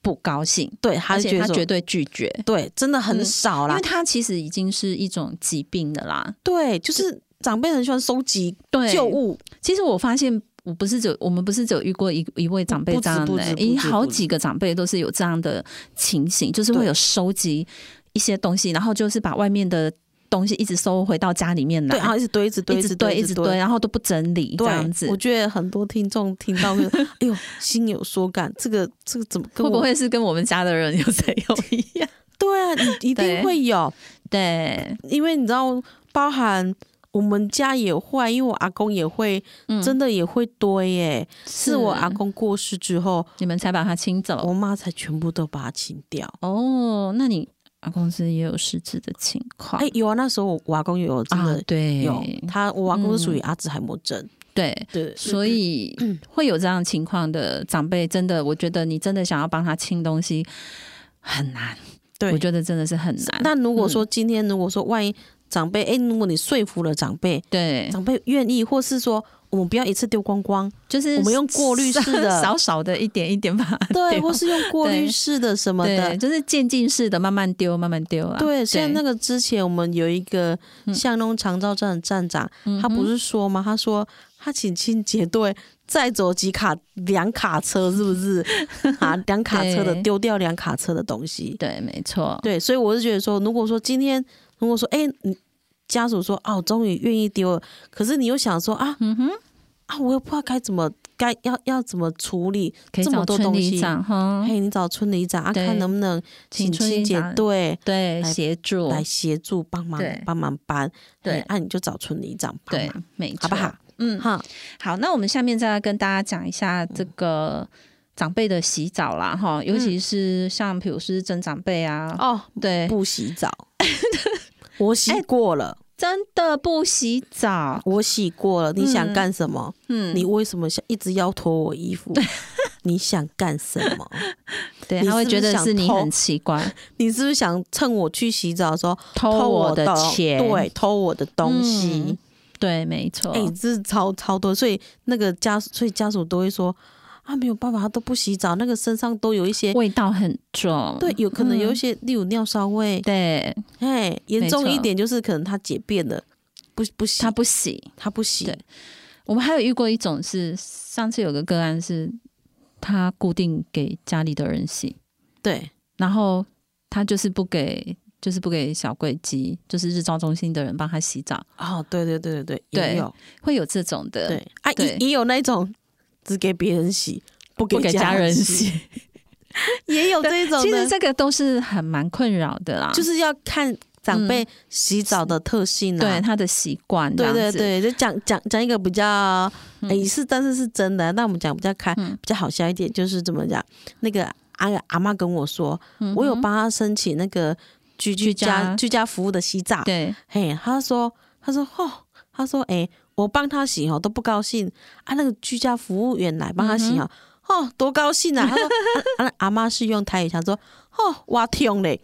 Speaker 1: 不高兴，
Speaker 2: 对，他
Speaker 1: 而
Speaker 2: 就觉
Speaker 1: 且他
Speaker 2: 得说
Speaker 1: 绝对拒绝，
Speaker 2: 对，真的很
Speaker 1: 嗯
Speaker 2: 少
Speaker 1: 因
Speaker 2: 啦，
Speaker 1: 为他其实已经是一种疾病的啦。
Speaker 2: 对，就是长辈很喜欢收集
Speaker 1: 对，
Speaker 2: 旧物，
Speaker 1: 其实我发现，我不是只有我们不是只有遇过一一位长辈
Speaker 2: 不
Speaker 1: 这
Speaker 2: 止
Speaker 1: 样
Speaker 2: 不
Speaker 1: 的、
Speaker 2: 止不
Speaker 1: 因为
Speaker 2: 止
Speaker 1: 好
Speaker 2: 不止
Speaker 1: 几个长辈都是有这样的情形，就是会
Speaker 2: 对
Speaker 1: 有收集一些东西，然后就是把外面的东西一直收回到家里面来，
Speaker 2: 对，然后一直堆，一直堆，
Speaker 1: 一直堆，一直堆，然后都不整理这
Speaker 2: 对
Speaker 1: 样子
Speaker 2: 我。觉得很多听众听到会，
Speaker 1: <laughs>
Speaker 2: 哎呦，心有所感，这个这个怎么跟
Speaker 1: 会
Speaker 2: 我
Speaker 1: 不？会是跟我们家的人有谁有一样？
Speaker 2: 对啊，你一
Speaker 1: 对
Speaker 2: 定会有，
Speaker 1: <laughs> 对，
Speaker 2: 因为你知道，包含我们家也会，因为我阿公也会，
Speaker 1: 嗯
Speaker 2: 真的也会堆耶。是哦我阿公过世之后，
Speaker 1: 你们才把它清走。
Speaker 2: 我妈才全部都把它清掉。
Speaker 1: 哦，那你阿公是也有失智的情况？
Speaker 2: 哎，有啊，那时候我阿公有真
Speaker 1: 啊
Speaker 2: 的，
Speaker 1: 对，
Speaker 2: 有，他我阿公是属于阿兹海默症，
Speaker 1: 对，
Speaker 2: 对，
Speaker 1: 所以会有这样情况的长辈，真的，我觉得你真的想要帮他清东西很难，
Speaker 2: 对
Speaker 1: 我觉得真嗯的是很难。
Speaker 2: 那如果说今天如果说万一长辈，哎，如果你说服了长辈，
Speaker 1: 对，
Speaker 2: 长辈愿意，或是说我们不要一次丢光光，
Speaker 1: 就是
Speaker 2: 我们用过滤式
Speaker 1: <laughs>
Speaker 2: 的
Speaker 1: 少少的一点一点把它
Speaker 2: <laughs> 对，
Speaker 1: 丢啊
Speaker 2: 或是用过滤式的什么
Speaker 1: 对，
Speaker 2: 的。
Speaker 1: 就是渐进式的，慢慢丢，慢慢丢啊。
Speaker 2: 对，嗯像那个之前我们有一个向东长照站的站长，他不是说吗？他说他请清洁队再走几卡两卡车，是不 <laughs> 是啊？两卡车的
Speaker 1: 对
Speaker 2: 丢掉两卡车的东西。
Speaker 1: 对，没错，
Speaker 2: 对，所以我是觉得说，如果说今天如果说哎，你家属说哦，终于愿意丢了，可是你又想说啊，嗯哼，啊，我又不知道该怎么该要要怎么处理
Speaker 1: 可以
Speaker 2: 这
Speaker 1: 找
Speaker 2: 么多
Speaker 1: 村
Speaker 2: 东
Speaker 1: 里
Speaker 2: 西。
Speaker 1: 长哈，
Speaker 2: 嘿，你找村里长啊，
Speaker 1: 对
Speaker 2: 看能不能
Speaker 1: 请
Speaker 2: 请
Speaker 1: 村里
Speaker 2: 清洁
Speaker 1: 长
Speaker 2: 队
Speaker 1: 对，
Speaker 2: 来
Speaker 1: 协助，
Speaker 2: 来协助帮忙
Speaker 1: 对
Speaker 2: 帮忙搬。
Speaker 1: 对
Speaker 2: 嘿啊，你就找村里长帮
Speaker 1: 对
Speaker 2: 忙，，
Speaker 1: 没错，
Speaker 2: 好不好？？
Speaker 1: 嗯，
Speaker 2: 哈，
Speaker 1: 好，那我们下面再来跟大家讲一下这
Speaker 2: 嗯
Speaker 1: 个长辈的洗澡啦，哈，尤其是像比如是真长辈啊，
Speaker 2: 哦，
Speaker 1: 对，
Speaker 2: 不洗澡，我洗
Speaker 1: 哎
Speaker 2: 过了，
Speaker 1: 真的不洗澡，
Speaker 2: 我洗过了。你想干什么？
Speaker 1: 嗯，
Speaker 2: 你为什么想一直要脱我衣
Speaker 1: <laughs>
Speaker 2: 服？你想干什么？
Speaker 1: 对
Speaker 2: 你
Speaker 1: 他会
Speaker 2: 是不
Speaker 1: 觉
Speaker 2: 是
Speaker 1: 得
Speaker 2: 想
Speaker 1: 是你
Speaker 2: 偷
Speaker 1: 很奇怪，
Speaker 2: 你是不是想趁我去洗澡的时候
Speaker 1: 偷我的钱，
Speaker 2: 对，偷我的东西？
Speaker 1: 嗯对，没错，
Speaker 2: 哎、这超超多，所以那个家，所以家属都会说啊，没有办法，他都不洗澡，那个身上都有一些，
Speaker 1: 味道很重，
Speaker 2: 对，有可能有一些，例如尿骚味，
Speaker 1: 嗯对，
Speaker 2: 哎，严重
Speaker 1: 没
Speaker 2: 一
Speaker 1: 错
Speaker 2: 点就是可能他解便了，不不洗，
Speaker 1: 他
Speaker 2: 他
Speaker 1: 不洗。
Speaker 2: 他不洗，
Speaker 1: 对我们还有遇过一种是，上次有个个案是，他固定给家里的人洗，
Speaker 2: 对
Speaker 1: 然后他就是不给，就是不给小贵鸡，就是日照中心的人帮他洗澡，
Speaker 2: 哦，对对对对对，也
Speaker 1: 对
Speaker 2: 有
Speaker 1: 会有这种的，
Speaker 2: 对啊，
Speaker 1: 对
Speaker 2: 也也有那种只给别人洗，不给
Speaker 1: 不给家人
Speaker 2: 洗，
Speaker 1: 洗。
Speaker 2: <laughs> 也有这种的。
Speaker 1: 其实这个都是很蛮困扰的啦，
Speaker 2: 就是要看长辈洗澡的特性
Speaker 1: 嗯对
Speaker 2: 啊。
Speaker 1: 他的习惯这
Speaker 2: 对
Speaker 1: 样子，
Speaker 2: 对对，就讲讲讲一个比较，哎、是但是是真的，那我们讲比较开、
Speaker 1: 嗯
Speaker 2: 比较好笑一点，就是怎么讲？那个阿阿妈跟我说，
Speaker 1: 嗯哼
Speaker 2: 我有帮她申请那个居居
Speaker 1: 居
Speaker 2: 家
Speaker 1: 家
Speaker 2: 居家服务的洗澡，
Speaker 1: 对，
Speaker 2: 嘿，她说她说哦，她说哎、我帮她洗哦都不高兴啊，那个居家服务员
Speaker 1: 嗯
Speaker 2: 来帮她洗哦，哦多高兴啊！她说啊啊阿妈是用台语想说哦，哇痛
Speaker 1: <laughs>
Speaker 2: 嘞。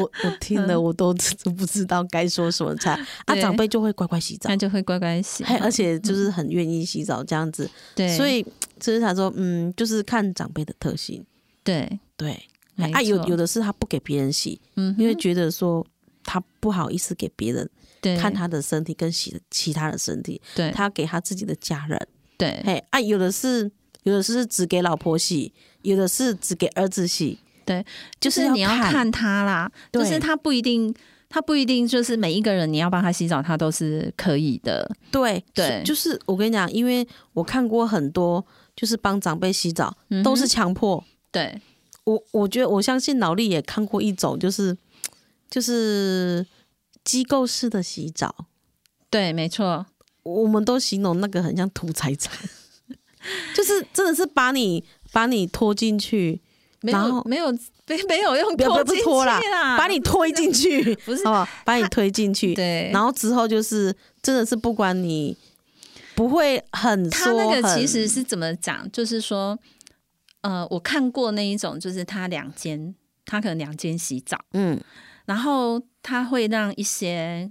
Speaker 2: 我我听了，我都真不知道该说什么才啊！
Speaker 1: 嗯对
Speaker 2: 长辈就会乖乖洗澡
Speaker 1: 那，就会乖乖洗嗯
Speaker 2: 嘿，，而且就是很愿意洗澡这样子，
Speaker 1: 对，
Speaker 2: 所以就是他说，嗯，就是看长辈的特性，
Speaker 1: 对，
Speaker 2: 对，
Speaker 1: 没
Speaker 2: 啊，有
Speaker 1: 错
Speaker 2: 有的是他不给别人洗，
Speaker 1: 嗯哼，
Speaker 2: 因为觉得说他不好意思给别人
Speaker 1: 对
Speaker 2: 看他的身体跟洗其他的身体，
Speaker 1: 对
Speaker 2: 他给他自己的家人，
Speaker 1: 对
Speaker 2: 嘿，啊，有的是有的是只给老婆洗，有的是只给儿子洗，
Speaker 1: 对，
Speaker 2: 就
Speaker 1: 就是是你要
Speaker 2: 看
Speaker 1: 看他啦，就
Speaker 2: 对
Speaker 1: 是他不一定，他不一定就是每一个人你要帮他洗澡，他都是可以的。
Speaker 2: 对
Speaker 1: 对
Speaker 2: 就是我跟你讲，因为我看过很多就是帮长辈洗澡、
Speaker 1: 嗯哼
Speaker 2: 都是强迫。
Speaker 1: 对，
Speaker 2: 我我觉得我相信脑力也看过一种，就是就是机构式的洗澡，
Speaker 1: 对，没错，
Speaker 2: 我们都形容那个很像屠财场， <laughs> 就是真的是把你把你拖进去，
Speaker 1: 没
Speaker 2: 然后
Speaker 1: 有没有没没有用
Speaker 2: 不要
Speaker 1: 拖
Speaker 2: 不要不
Speaker 1: 进
Speaker 2: 是
Speaker 1: 去
Speaker 2: 拖啦，
Speaker 1: 啦，
Speaker 2: 把你推进去，
Speaker 1: 啊 <laughs> 不是
Speaker 2: 好不好？把你推进去，
Speaker 1: 对，
Speaker 2: 然后之后就是真的是不管你不会很
Speaker 1: 他
Speaker 2: 说
Speaker 1: 那个
Speaker 2: 很
Speaker 1: 其实是怎么讲？就是说，呃，我看过那一种，就是他两间，他可能两间洗澡，
Speaker 2: 嗯
Speaker 1: 然后他会让一些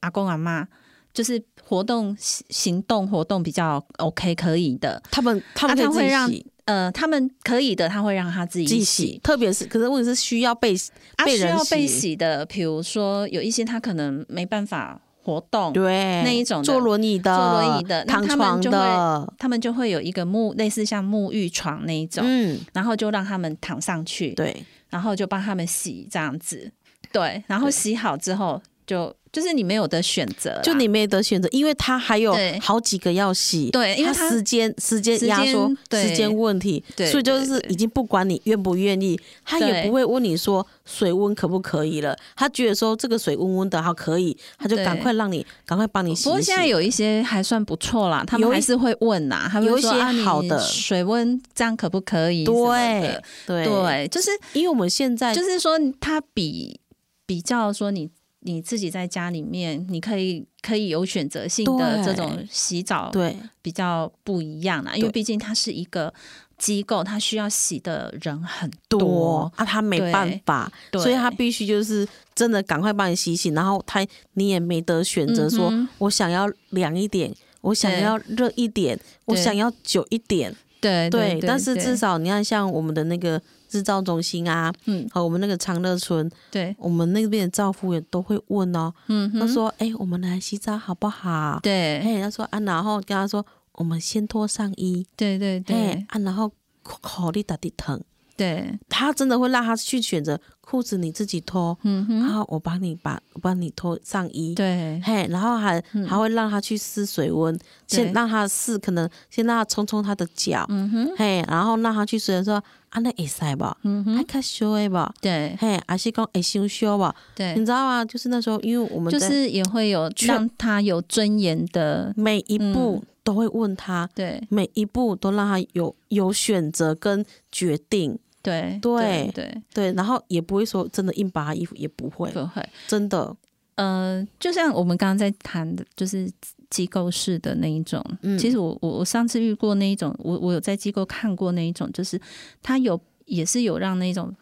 Speaker 1: 阿公阿妈，就是活动行行动活动比较 OK 可以的，
Speaker 2: 他们他们
Speaker 1: 啊
Speaker 2: 可以
Speaker 1: 他
Speaker 2: 自己
Speaker 1: 会让
Speaker 2: 洗
Speaker 1: 呃，他们可以的，他会让他自己
Speaker 2: 自己洗，特别是可是问题是需要被
Speaker 1: 啊，
Speaker 2: 被
Speaker 1: 需
Speaker 2: 人
Speaker 1: 要被洗的，比如说有一些他可能没办法活动，
Speaker 2: 对
Speaker 1: 那一种的
Speaker 2: 坐轮椅的、
Speaker 1: 坐轮椅的那
Speaker 2: 躺
Speaker 1: 他们
Speaker 2: 床
Speaker 1: 就会
Speaker 2: 的，
Speaker 1: 他们就会有一个沐类似像沐浴床那一种，
Speaker 2: 嗯，
Speaker 1: 然后就让他们躺上去，
Speaker 2: 对，
Speaker 1: 然后就帮他们洗这样子，对，然后洗好之后就就是你没有的选择啦，
Speaker 2: 就你没得选择，因为他还有
Speaker 1: 对
Speaker 2: 好几个要洗，
Speaker 1: 对因为
Speaker 2: 它
Speaker 1: 它
Speaker 2: 时间时间
Speaker 1: 时
Speaker 2: 压
Speaker 1: 间
Speaker 2: 缩，
Speaker 1: 对
Speaker 2: 时间问题，
Speaker 1: 对
Speaker 2: 所以就
Speaker 1: 对
Speaker 2: 是
Speaker 1: 对
Speaker 2: 已经不管你愿不愿意，他也
Speaker 1: 对
Speaker 2: 不会问你说水温可不可以了，他觉得说这个水温温的好可以，他就
Speaker 1: 对
Speaker 2: 赶快让你赶快帮你洗
Speaker 1: 不过
Speaker 2: 一洗
Speaker 1: 现。在有一些还算不错啦，他们
Speaker 2: 有一
Speaker 1: 还是会问呐，他们
Speaker 2: 有
Speaker 1: 会
Speaker 2: 一
Speaker 1: 说
Speaker 2: 些
Speaker 1: 啊你
Speaker 2: 好的
Speaker 1: 水温这样可不可以什么
Speaker 2: 对
Speaker 1: 的？
Speaker 2: 对
Speaker 1: 对，就是
Speaker 2: 因为我们现在
Speaker 1: 就是说，它比比较说你你自己在家里面，你可以可以有选择性的
Speaker 2: 对
Speaker 1: 这种洗澡，
Speaker 2: 对
Speaker 1: 比较不一样啦。因为
Speaker 2: 对
Speaker 1: 毕竟它是一个机构，它需要洗的人很
Speaker 2: 多
Speaker 1: 多。
Speaker 2: 啊，他没
Speaker 1: 对
Speaker 2: 办法，
Speaker 1: 对
Speaker 2: 所以他必须就是真的赶快帮你洗洗，然后他你也没得选择说，
Speaker 1: 嗯哼
Speaker 2: 我想要凉一点，我想
Speaker 1: 对
Speaker 2: 要热一点，我想要久一点，
Speaker 1: 对
Speaker 2: 对。但是
Speaker 1: 对
Speaker 2: 至少你看，像我们的那个日照中心啊，
Speaker 1: 嗯
Speaker 2: 和我们那个长乐村，
Speaker 1: 对
Speaker 2: 我们那边的照服员都会问哦，
Speaker 1: 嗯哼
Speaker 2: 他说：“哎、我们来洗澡好不好？”，
Speaker 1: 对
Speaker 2: 哎，他说啊，然后跟他说，我们先脱上衣，
Speaker 1: 对对
Speaker 2: 哎
Speaker 1: 对
Speaker 2: 啊，然后口里打的疼。
Speaker 1: 对
Speaker 2: 他真的会让他去选择裤子你自己脱，
Speaker 1: 嗯
Speaker 2: 然
Speaker 1: 哼
Speaker 2: 后我帮你把我帮你脱上衣，，
Speaker 1: 对
Speaker 2: 嘿，然后还、
Speaker 1: 嗯
Speaker 2: 还会让他去试水温，先
Speaker 1: 对
Speaker 2: 让他试，可能先让他冲冲他的脚，
Speaker 1: 嗯哼
Speaker 2: 嘿，然后让他去水温说啊那会塞吧，
Speaker 1: 嗯
Speaker 2: 还
Speaker 1: 哼
Speaker 2: 较烧的吧，
Speaker 1: 对
Speaker 2: 嘿，还是讲会伤烧吧，
Speaker 1: 对，
Speaker 2: 你知道吗？就是那时候，因为我们
Speaker 1: 就
Speaker 2: 在
Speaker 1: 是也会有
Speaker 2: 确
Speaker 1: 让他有尊严的
Speaker 2: 每一
Speaker 1: 嗯
Speaker 2: 步都会问他。
Speaker 1: 对
Speaker 2: 每一步都让他有有选择跟决定，
Speaker 1: 对
Speaker 2: 对
Speaker 1: 对
Speaker 2: 对，然后也不会说真的硬扒他衣服，也不会，
Speaker 1: 不会。
Speaker 2: 真的，
Speaker 1: 呃，就像我们刚刚在谈的，就是机构式的那一种。
Speaker 2: 嗯
Speaker 1: 其实我我我上次遇过那一种，我我有在机构看过那一种，就是他有也是有让那种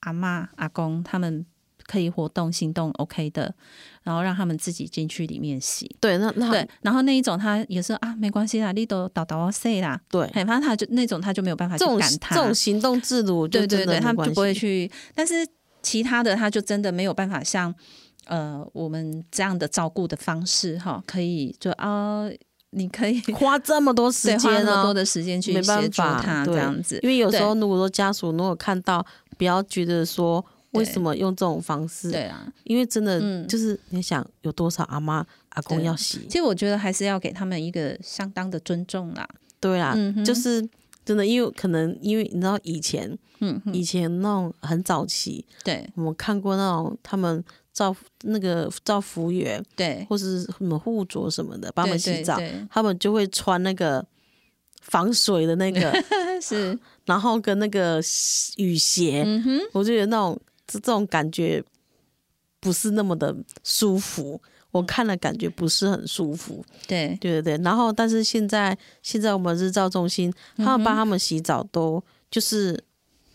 Speaker 1: 阿妈阿公他们可以活动行动 OK 的，然后让他们自己进去里面洗。
Speaker 2: 对，那那
Speaker 1: 对，然后那一种他也是啊，没关系啦，你都倒倒塞啦，
Speaker 2: 对
Speaker 1: 嘿反正他就那种他就没有办法去
Speaker 2: 这种
Speaker 1: 赶
Speaker 2: 这
Speaker 1: 他，
Speaker 2: 种行动自如，就
Speaker 1: 对对
Speaker 2: 真的
Speaker 1: 对，
Speaker 2: 没
Speaker 1: 他们
Speaker 2: 关
Speaker 1: 就不会
Speaker 2: 系。
Speaker 1: 去。但是其他的，他就真的没有办法像呃我们这样的照顾的方式哈，可以就啊、你可以
Speaker 2: 花这么多时
Speaker 1: 对花
Speaker 2: 间
Speaker 1: 那么
Speaker 2: 呢
Speaker 1: 多、的时间去
Speaker 2: 没办
Speaker 1: 协助
Speaker 2: 法
Speaker 1: 他
Speaker 2: 对
Speaker 1: 这样子
Speaker 2: 因。为有
Speaker 1: 对
Speaker 2: 时候如果说家属如果看到不要觉得说为
Speaker 1: 对
Speaker 2: 什么用这种方式，
Speaker 1: 对啊，
Speaker 2: 因为真的
Speaker 1: 嗯
Speaker 2: 就是你想有多少阿妈阿公
Speaker 1: 对
Speaker 2: 要洗
Speaker 1: 其，实我觉得还是要给他们一个相当的尊重啦。
Speaker 2: 对啦，
Speaker 1: 嗯哼
Speaker 2: 啊就是真的，因为可能因为你知道以前
Speaker 1: 嗯哼，
Speaker 2: 以前那种很早期，
Speaker 1: 对
Speaker 2: 我们看过那种他们照那个照服务员
Speaker 1: 对，
Speaker 2: 或是什么护着什么的帮他们
Speaker 1: 对
Speaker 2: 洗澡，
Speaker 1: 对对
Speaker 2: 他们就会穿那个防水的那个，
Speaker 1: 但是
Speaker 2: 然后跟那个雨鞋，
Speaker 1: 嗯哼，
Speaker 2: 我就觉得那种这这种感觉不是那么的舒服，我看了感觉不是很舒服，
Speaker 1: 对
Speaker 2: 对对对。然后，但是现在现在我们日照中心，
Speaker 1: 嗯
Speaker 2: 他们帮他们洗澡都、就是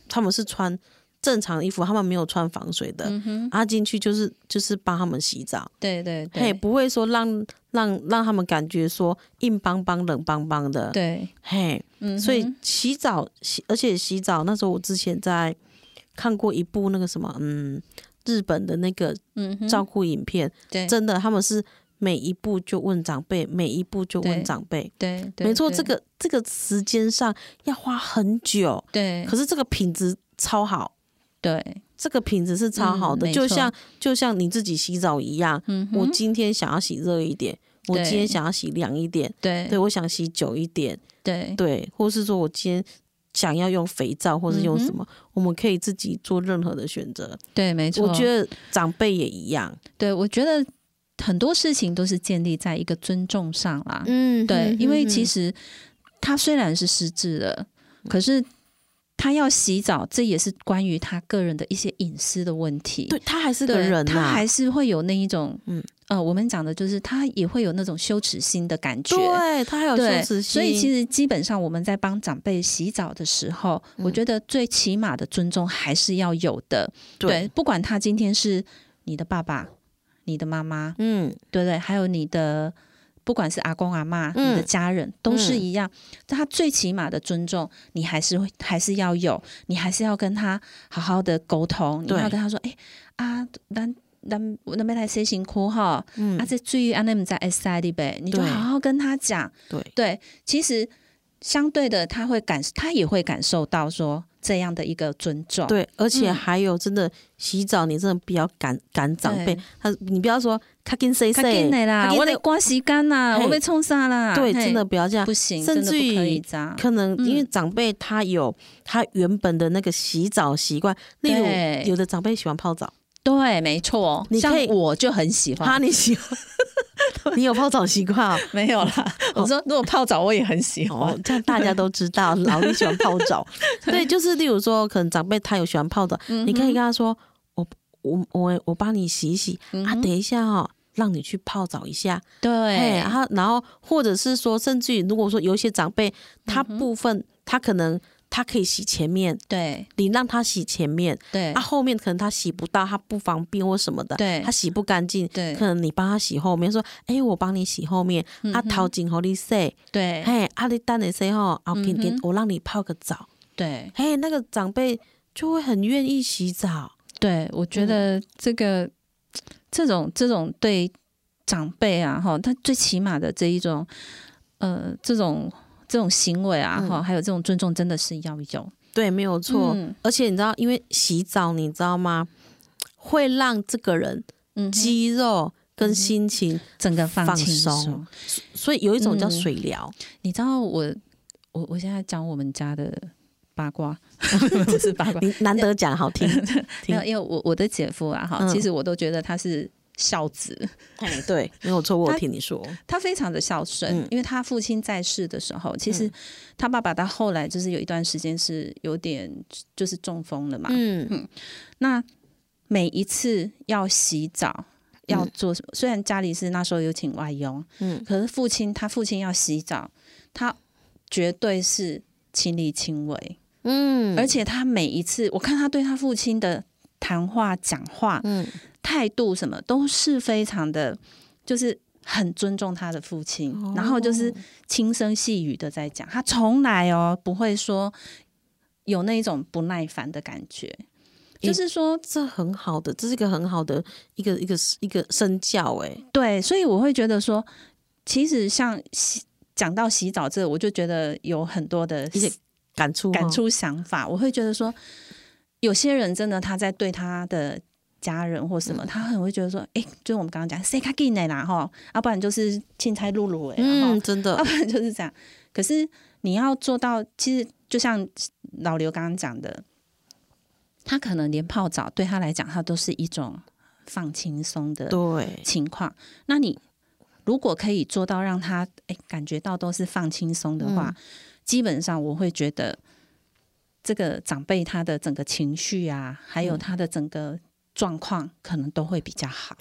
Speaker 2: 他们是穿正常衣服，他们没有穿防水的，他进去就是就是帮他们洗澡，
Speaker 1: 对对
Speaker 2: 他也
Speaker 1: 对
Speaker 2: 不会说让让让他们感觉说硬邦邦、冷邦邦的，
Speaker 1: 对，
Speaker 2: 嘿，
Speaker 1: 嗯，
Speaker 2: 所以洗澡洗，而且洗澡那时候我之前在看过一部那个什么，嗯，日本的那个
Speaker 1: 嗯哼
Speaker 2: 照顾影片，
Speaker 1: 对
Speaker 2: 真的他们是每一步就问长辈，每一步就问
Speaker 1: 对
Speaker 2: 长辈，
Speaker 1: 对，对
Speaker 2: 没错，
Speaker 1: 对
Speaker 2: 这个这个时间上要花很久，
Speaker 1: 对
Speaker 2: 可是这个品质超好。
Speaker 1: 对，
Speaker 2: 这个品质是超好的，
Speaker 1: 嗯没
Speaker 2: 就
Speaker 1: 错
Speaker 2: 像就像你自己洗澡一样，
Speaker 1: 嗯
Speaker 2: 我
Speaker 1: 哼
Speaker 2: 今天想要洗热一点，我今
Speaker 1: 对
Speaker 2: 天想要洗凉一点，
Speaker 1: 对
Speaker 2: 对我想洗久一点，
Speaker 1: 对
Speaker 2: 对，或是说我今天想要用肥皂，或是用
Speaker 1: 嗯哼
Speaker 2: 什么，我们可以自己做任何的选择。
Speaker 1: 对，没错，
Speaker 2: 我觉得长辈也一样，
Speaker 1: 对我觉得很多事情都是建立在一个尊重上啦。
Speaker 2: 嗯
Speaker 1: 对，因为其实他虽然是失智了，可是他要洗澡，这也是关于他个人的一些隐私的问题。
Speaker 2: 对他还是
Speaker 1: 对，
Speaker 2: 个人呐、
Speaker 1: 他还是会有那一种，
Speaker 2: 嗯
Speaker 1: 嗯，呃，我们讲的就是他也会有那种羞耻心的感觉。
Speaker 2: 对他还有羞
Speaker 1: 对，
Speaker 2: 耻心，
Speaker 1: 所以其实基本上我们在帮长辈洗澡的时候，
Speaker 2: 嗯
Speaker 1: 我觉得最起码的尊重还是要有的。对，
Speaker 2: 对，
Speaker 1: 不管他今天是你的爸爸、你的妈妈，
Speaker 2: 嗯，
Speaker 1: 对不对？还有你的，不管是阿公阿妈、
Speaker 2: 嗯
Speaker 1: 你的家人，都是一样。他最起码的尊重，你还是会还是要有，你还是要跟他好好的沟通，你
Speaker 2: 对
Speaker 1: 要跟他说，哎、啊，咱。咱咱要来洗身躯吼，
Speaker 2: 嗯
Speaker 1: 啊，这注意安尼毋知会使哩呗，你就
Speaker 2: 对
Speaker 1: 好好跟他讲。
Speaker 2: 对，
Speaker 1: 对，其实相对的，他会感，他也会感受到说这样的一个尊重。
Speaker 2: 对，而且
Speaker 1: 嗯
Speaker 2: 还有真的洗澡，你真的不要赶赶长辈
Speaker 1: 对，
Speaker 2: 他你不要说他跟谁
Speaker 1: 较紧
Speaker 2: 谁，
Speaker 1: 的啦，
Speaker 2: 较紧
Speaker 1: 我
Speaker 2: 的
Speaker 1: 得赶时间啦，
Speaker 2: 嘿
Speaker 1: 我被冲啥啦？
Speaker 2: 对，
Speaker 1: 啊嘿
Speaker 2: 真的不要这样
Speaker 1: 不。行，
Speaker 2: 甚
Speaker 1: 真的
Speaker 2: 至
Speaker 1: 不可
Speaker 2: 于
Speaker 1: 以这样。
Speaker 2: 可能因为
Speaker 1: 嗯
Speaker 2: 长辈他有他原本的那个洗澡习惯，例如
Speaker 1: 对
Speaker 2: 有的长辈喜欢泡澡，
Speaker 1: 对，没错
Speaker 2: 你，
Speaker 1: 像
Speaker 2: 可以
Speaker 1: 我就很啊喜
Speaker 2: 哈，
Speaker 1: 欢。
Speaker 2: 你喜欢？ <laughs> 你有泡澡习惯哦？
Speaker 1: 没有啦，我说如果泡澡我也很喜欢
Speaker 2: 哦，。这样大家都知道，老李喜欢泡澡。对，就是例如说，可能长辈他有喜欢泡澡，你可以跟他说：“我我我我帮你洗一洗、啊，等一下哦，让你去泡澡一下。”哦
Speaker 1: 对
Speaker 2: 嘿，啊然，后然后或者是说，甚至于如果说有一些长辈，他部分、他可能他可以洗前面，
Speaker 1: 对
Speaker 2: 你让他洗前面，
Speaker 1: 对
Speaker 2: 啊，后面可能他洗不到，他不方便或什么的，
Speaker 1: 对
Speaker 2: 他洗不干净，
Speaker 1: 对
Speaker 2: 可啊能你帮他洗后面，说，哎、我帮你洗后面，啊，头前和你洗，
Speaker 1: 嗯对
Speaker 2: 嘿，啊，你等一下吼，啊，给给
Speaker 1: 嗯哼
Speaker 2: 我让你泡个澡，
Speaker 1: 对
Speaker 2: 嘿，那个长辈就会很愿意洗澡，
Speaker 1: 对，我觉
Speaker 2: 嗯
Speaker 1: 得这个这种这种对长辈啊，哈，他最起码的这一种呃这种这种行为啊，哈，还有这种尊重，真的是要有。
Speaker 2: 对，没有嗯错，
Speaker 1: 嗯
Speaker 2: 而且你知道，因为洗澡，你知道吗？会让这个人
Speaker 1: 嗯哼，
Speaker 2: 肌肉跟心情，
Speaker 1: 整个放
Speaker 2: 放
Speaker 1: 轻
Speaker 2: 松
Speaker 1: 松。
Speaker 2: 所以有一种叫
Speaker 1: 嗯
Speaker 2: 水疗，
Speaker 1: 你知道我我我现在讲我们家的八
Speaker 2: <laughs>
Speaker 1: 卦，不是八卦，
Speaker 2: 你难得讲好
Speaker 1: <laughs>
Speaker 2: 听，
Speaker 1: 没
Speaker 2: 听
Speaker 1: 有，因为我我的姐夫啊，哈、
Speaker 2: 嗯
Speaker 1: 其实我都觉得他是孝子，
Speaker 2: 嘿，对，没有错，我有
Speaker 1: 他
Speaker 2: 听你说，
Speaker 1: 他非常的孝顺，
Speaker 2: 嗯
Speaker 1: 因为他父亲在世的时候，其实他爸爸到后来就是有一段时间是有点就是中风了嘛，
Speaker 2: 嗯，
Speaker 1: 那每一次要洗澡。要
Speaker 2: 嗯
Speaker 1: 做什么？虽然家里是那时候有请外佣，
Speaker 2: 嗯
Speaker 1: 嗯，可是父亲他父亲要洗澡，他绝对是亲力亲为，
Speaker 2: 嗯
Speaker 1: 而且他每一次，我看他对他父亲的谈话、讲话、
Speaker 2: 嗯
Speaker 1: 态度什么，都是非常的，就是很尊重他的父亲，
Speaker 2: 哦
Speaker 1: 然后就是轻声细语的在讲，他从来哦不会说有那一种不耐烦的感觉，就是说
Speaker 2: 这很好的，这是一个很好的一个一个一个身教、哎，
Speaker 1: 对，所以我会觉得说，其实像洗讲到洗澡这，我就觉得有很多的
Speaker 2: 一些感触，
Speaker 1: 感，触想法，我会觉得说，有些人真的他在对他的家人或什么，他很会觉得说，哎、就是我们刚刚讲 “say 卡进来啦”哈，要、不然就是钦差露露哎，然
Speaker 2: 嗯，
Speaker 1: 后
Speaker 2: 真
Speaker 1: 要
Speaker 2: 的，
Speaker 1: 不然 <laughs> 就是这样。可是你要做到，其实就像老刘刚刚讲的，他可能连泡澡对他来讲，他都是一种放轻松的
Speaker 2: 对，
Speaker 1: 情况。那你如果可以做到让他哎感觉到都是放轻松的话，
Speaker 2: 嗯
Speaker 1: 基本上我会觉得这个长辈他的整个情绪啊，还有他的整个状况，可能都会比较好。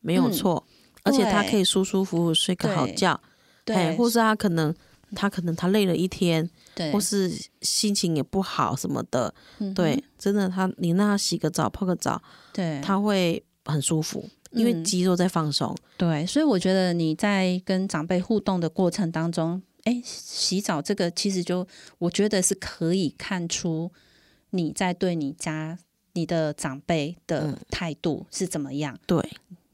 Speaker 2: 没有
Speaker 1: 嗯
Speaker 2: 错，而且他
Speaker 1: 对
Speaker 2: 可以舒舒服服睡个好
Speaker 1: 对
Speaker 2: 觉，哎
Speaker 1: 对，嗯
Speaker 2: 或是他可能他可能他累了一天，
Speaker 1: 对嗯
Speaker 2: 或是心情也不好什么的，
Speaker 1: 嗯哼
Speaker 2: 对，真的他你让他洗个澡泡个澡，
Speaker 1: 对
Speaker 2: 他会很舒服，因为
Speaker 1: 嗯
Speaker 2: 肌肉在放松，
Speaker 1: 对，所以我觉得你在跟长辈互动的过程当中，哎，洗澡这个其实就我觉得是可以看出你在对你家你的长辈的
Speaker 2: 嗯
Speaker 1: 态度是怎么样，
Speaker 2: 对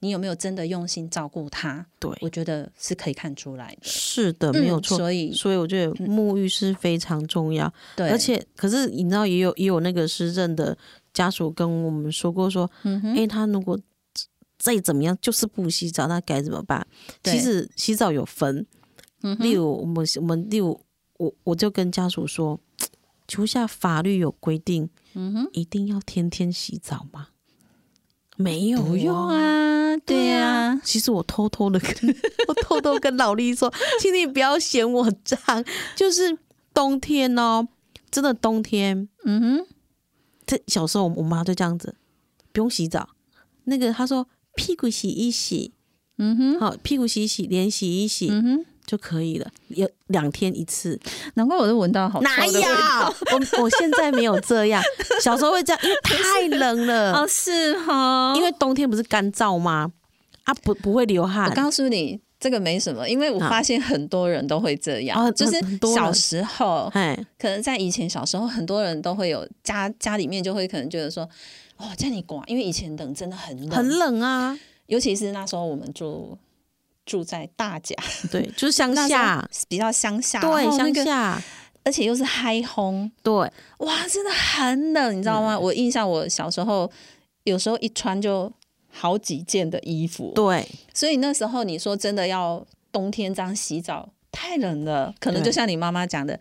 Speaker 1: 你有没有真的用心照顾他，我
Speaker 2: 对，
Speaker 1: 觉得是可以看出来的。
Speaker 2: 是的，没有
Speaker 1: 嗯
Speaker 2: 错。
Speaker 1: 所以嗯
Speaker 2: 所以我觉得沐浴是非常重要，
Speaker 1: 对，
Speaker 2: 而且可是你知道也有也有那个失政的家属跟我们说过说，
Speaker 1: 嗯哼
Speaker 2: 哎、他如果再怎么样就是不洗澡，那该怎么办？
Speaker 1: 对
Speaker 2: 其实洗澡有分，
Speaker 1: 嗯哼
Speaker 2: 例如我们我们例如我我就跟家属说，求一下法律有规定，
Speaker 1: 嗯哼，
Speaker 2: 一定要天天洗澡吗？没有、
Speaker 1: 不用。啊，对啊，
Speaker 2: 其实我偷
Speaker 1: <laughs>
Speaker 2: 偷的跟我偷偷跟老力说，请你不要嫌我脏，就是冬天哦，真的冬天，
Speaker 1: 嗯哼，
Speaker 2: 这小时候我妈就这样子，不用洗澡。那个她说屁股洗一洗，
Speaker 1: 嗯哼，
Speaker 2: 好屁股洗一洗，脸洗一洗、
Speaker 1: 嗯哼，
Speaker 2: 就可以了，有两天一次。
Speaker 1: 难怪我都闻到好
Speaker 2: 哪
Speaker 1: 臭的味
Speaker 2: 有？ <laughs> 我我现在没有这样，小时候会这样，因为太冷了
Speaker 1: <laughs> <laughs> 哦，，是哈，
Speaker 2: 因为冬天不是干燥吗？啊，不不会流汗
Speaker 1: 我，告诉你，这个没什么，因为我
Speaker 2: 啊
Speaker 1: 发现很多人都会这样，
Speaker 2: 啊
Speaker 1: 就
Speaker 2: 很
Speaker 1: 是
Speaker 2: 很多人
Speaker 1: 小时候，
Speaker 2: 哎，
Speaker 1: 可能在以前小时候，很多人都会有家家里面就会可能觉得说，哦，家里刮，因为以前冷真的很冷，
Speaker 2: 很冷啊，
Speaker 1: 尤其是那时候我们住住在大甲，
Speaker 2: 对，就是乡
Speaker 1: 那时
Speaker 2: 下
Speaker 1: 候，比较乡下，
Speaker 2: 对
Speaker 1: 然后那
Speaker 2: 乡
Speaker 1: 个，
Speaker 2: 下，
Speaker 1: 而且又是嗨烘，
Speaker 2: 对，
Speaker 1: 哇，真的很冷，你知道
Speaker 2: 嗯
Speaker 1: 吗？我印象我小时候有时候一穿就好几件的衣服， <laughs>
Speaker 2: 对，
Speaker 1: 所以那时候你说真的要冬天这样洗澡太冷了，可能
Speaker 2: 对
Speaker 1: 就像你妈妈讲的，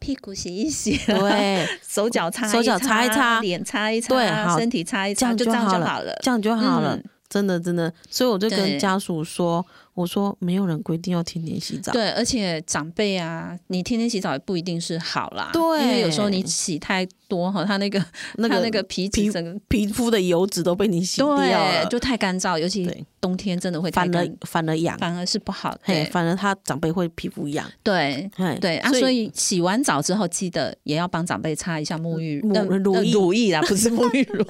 Speaker 1: 屁股洗一洗，，
Speaker 2: 对，
Speaker 1: 手脚擦一擦，
Speaker 2: 手脚擦一擦
Speaker 1: 脸擦一擦，
Speaker 2: 对好
Speaker 1: 身体擦一
Speaker 2: 这
Speaker 1: 擦，
Speaker 2: 样
Speaker 1: 这样
Speaker 2: 好
Speaker 1: 就好了。
Speaker 2: 这样就好了
Speaker 1: 嗯，
Speaker 2: 真的真的。所以我就
Speaker 1: 对
Speaker 2: 跟家属说，我说没有人规定要天天洗澡，
Speaker 1: 对，而且长辈啊，你天天洗澡也不一定是好啦，
Speaker 2: 对
Speaker 1: 因为有时候你洗太多哈，它那个
Speaker 2: 那
Speaker 1: 它
Speaker 2: 个
Speaker 1: 那个皮脂
Speaker 2: 皮
Speaker 1: 整个
Speaker 2: 皮肤的油脂都被你洗掉了
Speaker 1: 对，就太干燥，尤其
Speaker 2: 对
Speaker 1: 冬天真的会太
Speaker 2: 反而
Speaker 1: 干，
Speaker 2: 反而痒，
Speaker 1: 反而是不好。
Speaker 2: 嘿，
Speaker 1: 对
Speaker 2: 反而他长辈会皮肤痒，
Speaker 1: 对，
Speaker 2: 嘿，
Speaker 1: 对啊，所以洗完澡之后，记得也要帮长辈擦一下沐浴
Speaker 2: 沐
Speaker 1: 呃
Speaker 2: 乳
Speaker 1: 呃
Speaker 2: 液
Speaker 1: 乳液啦，不是沐浴 <laughs> 乳，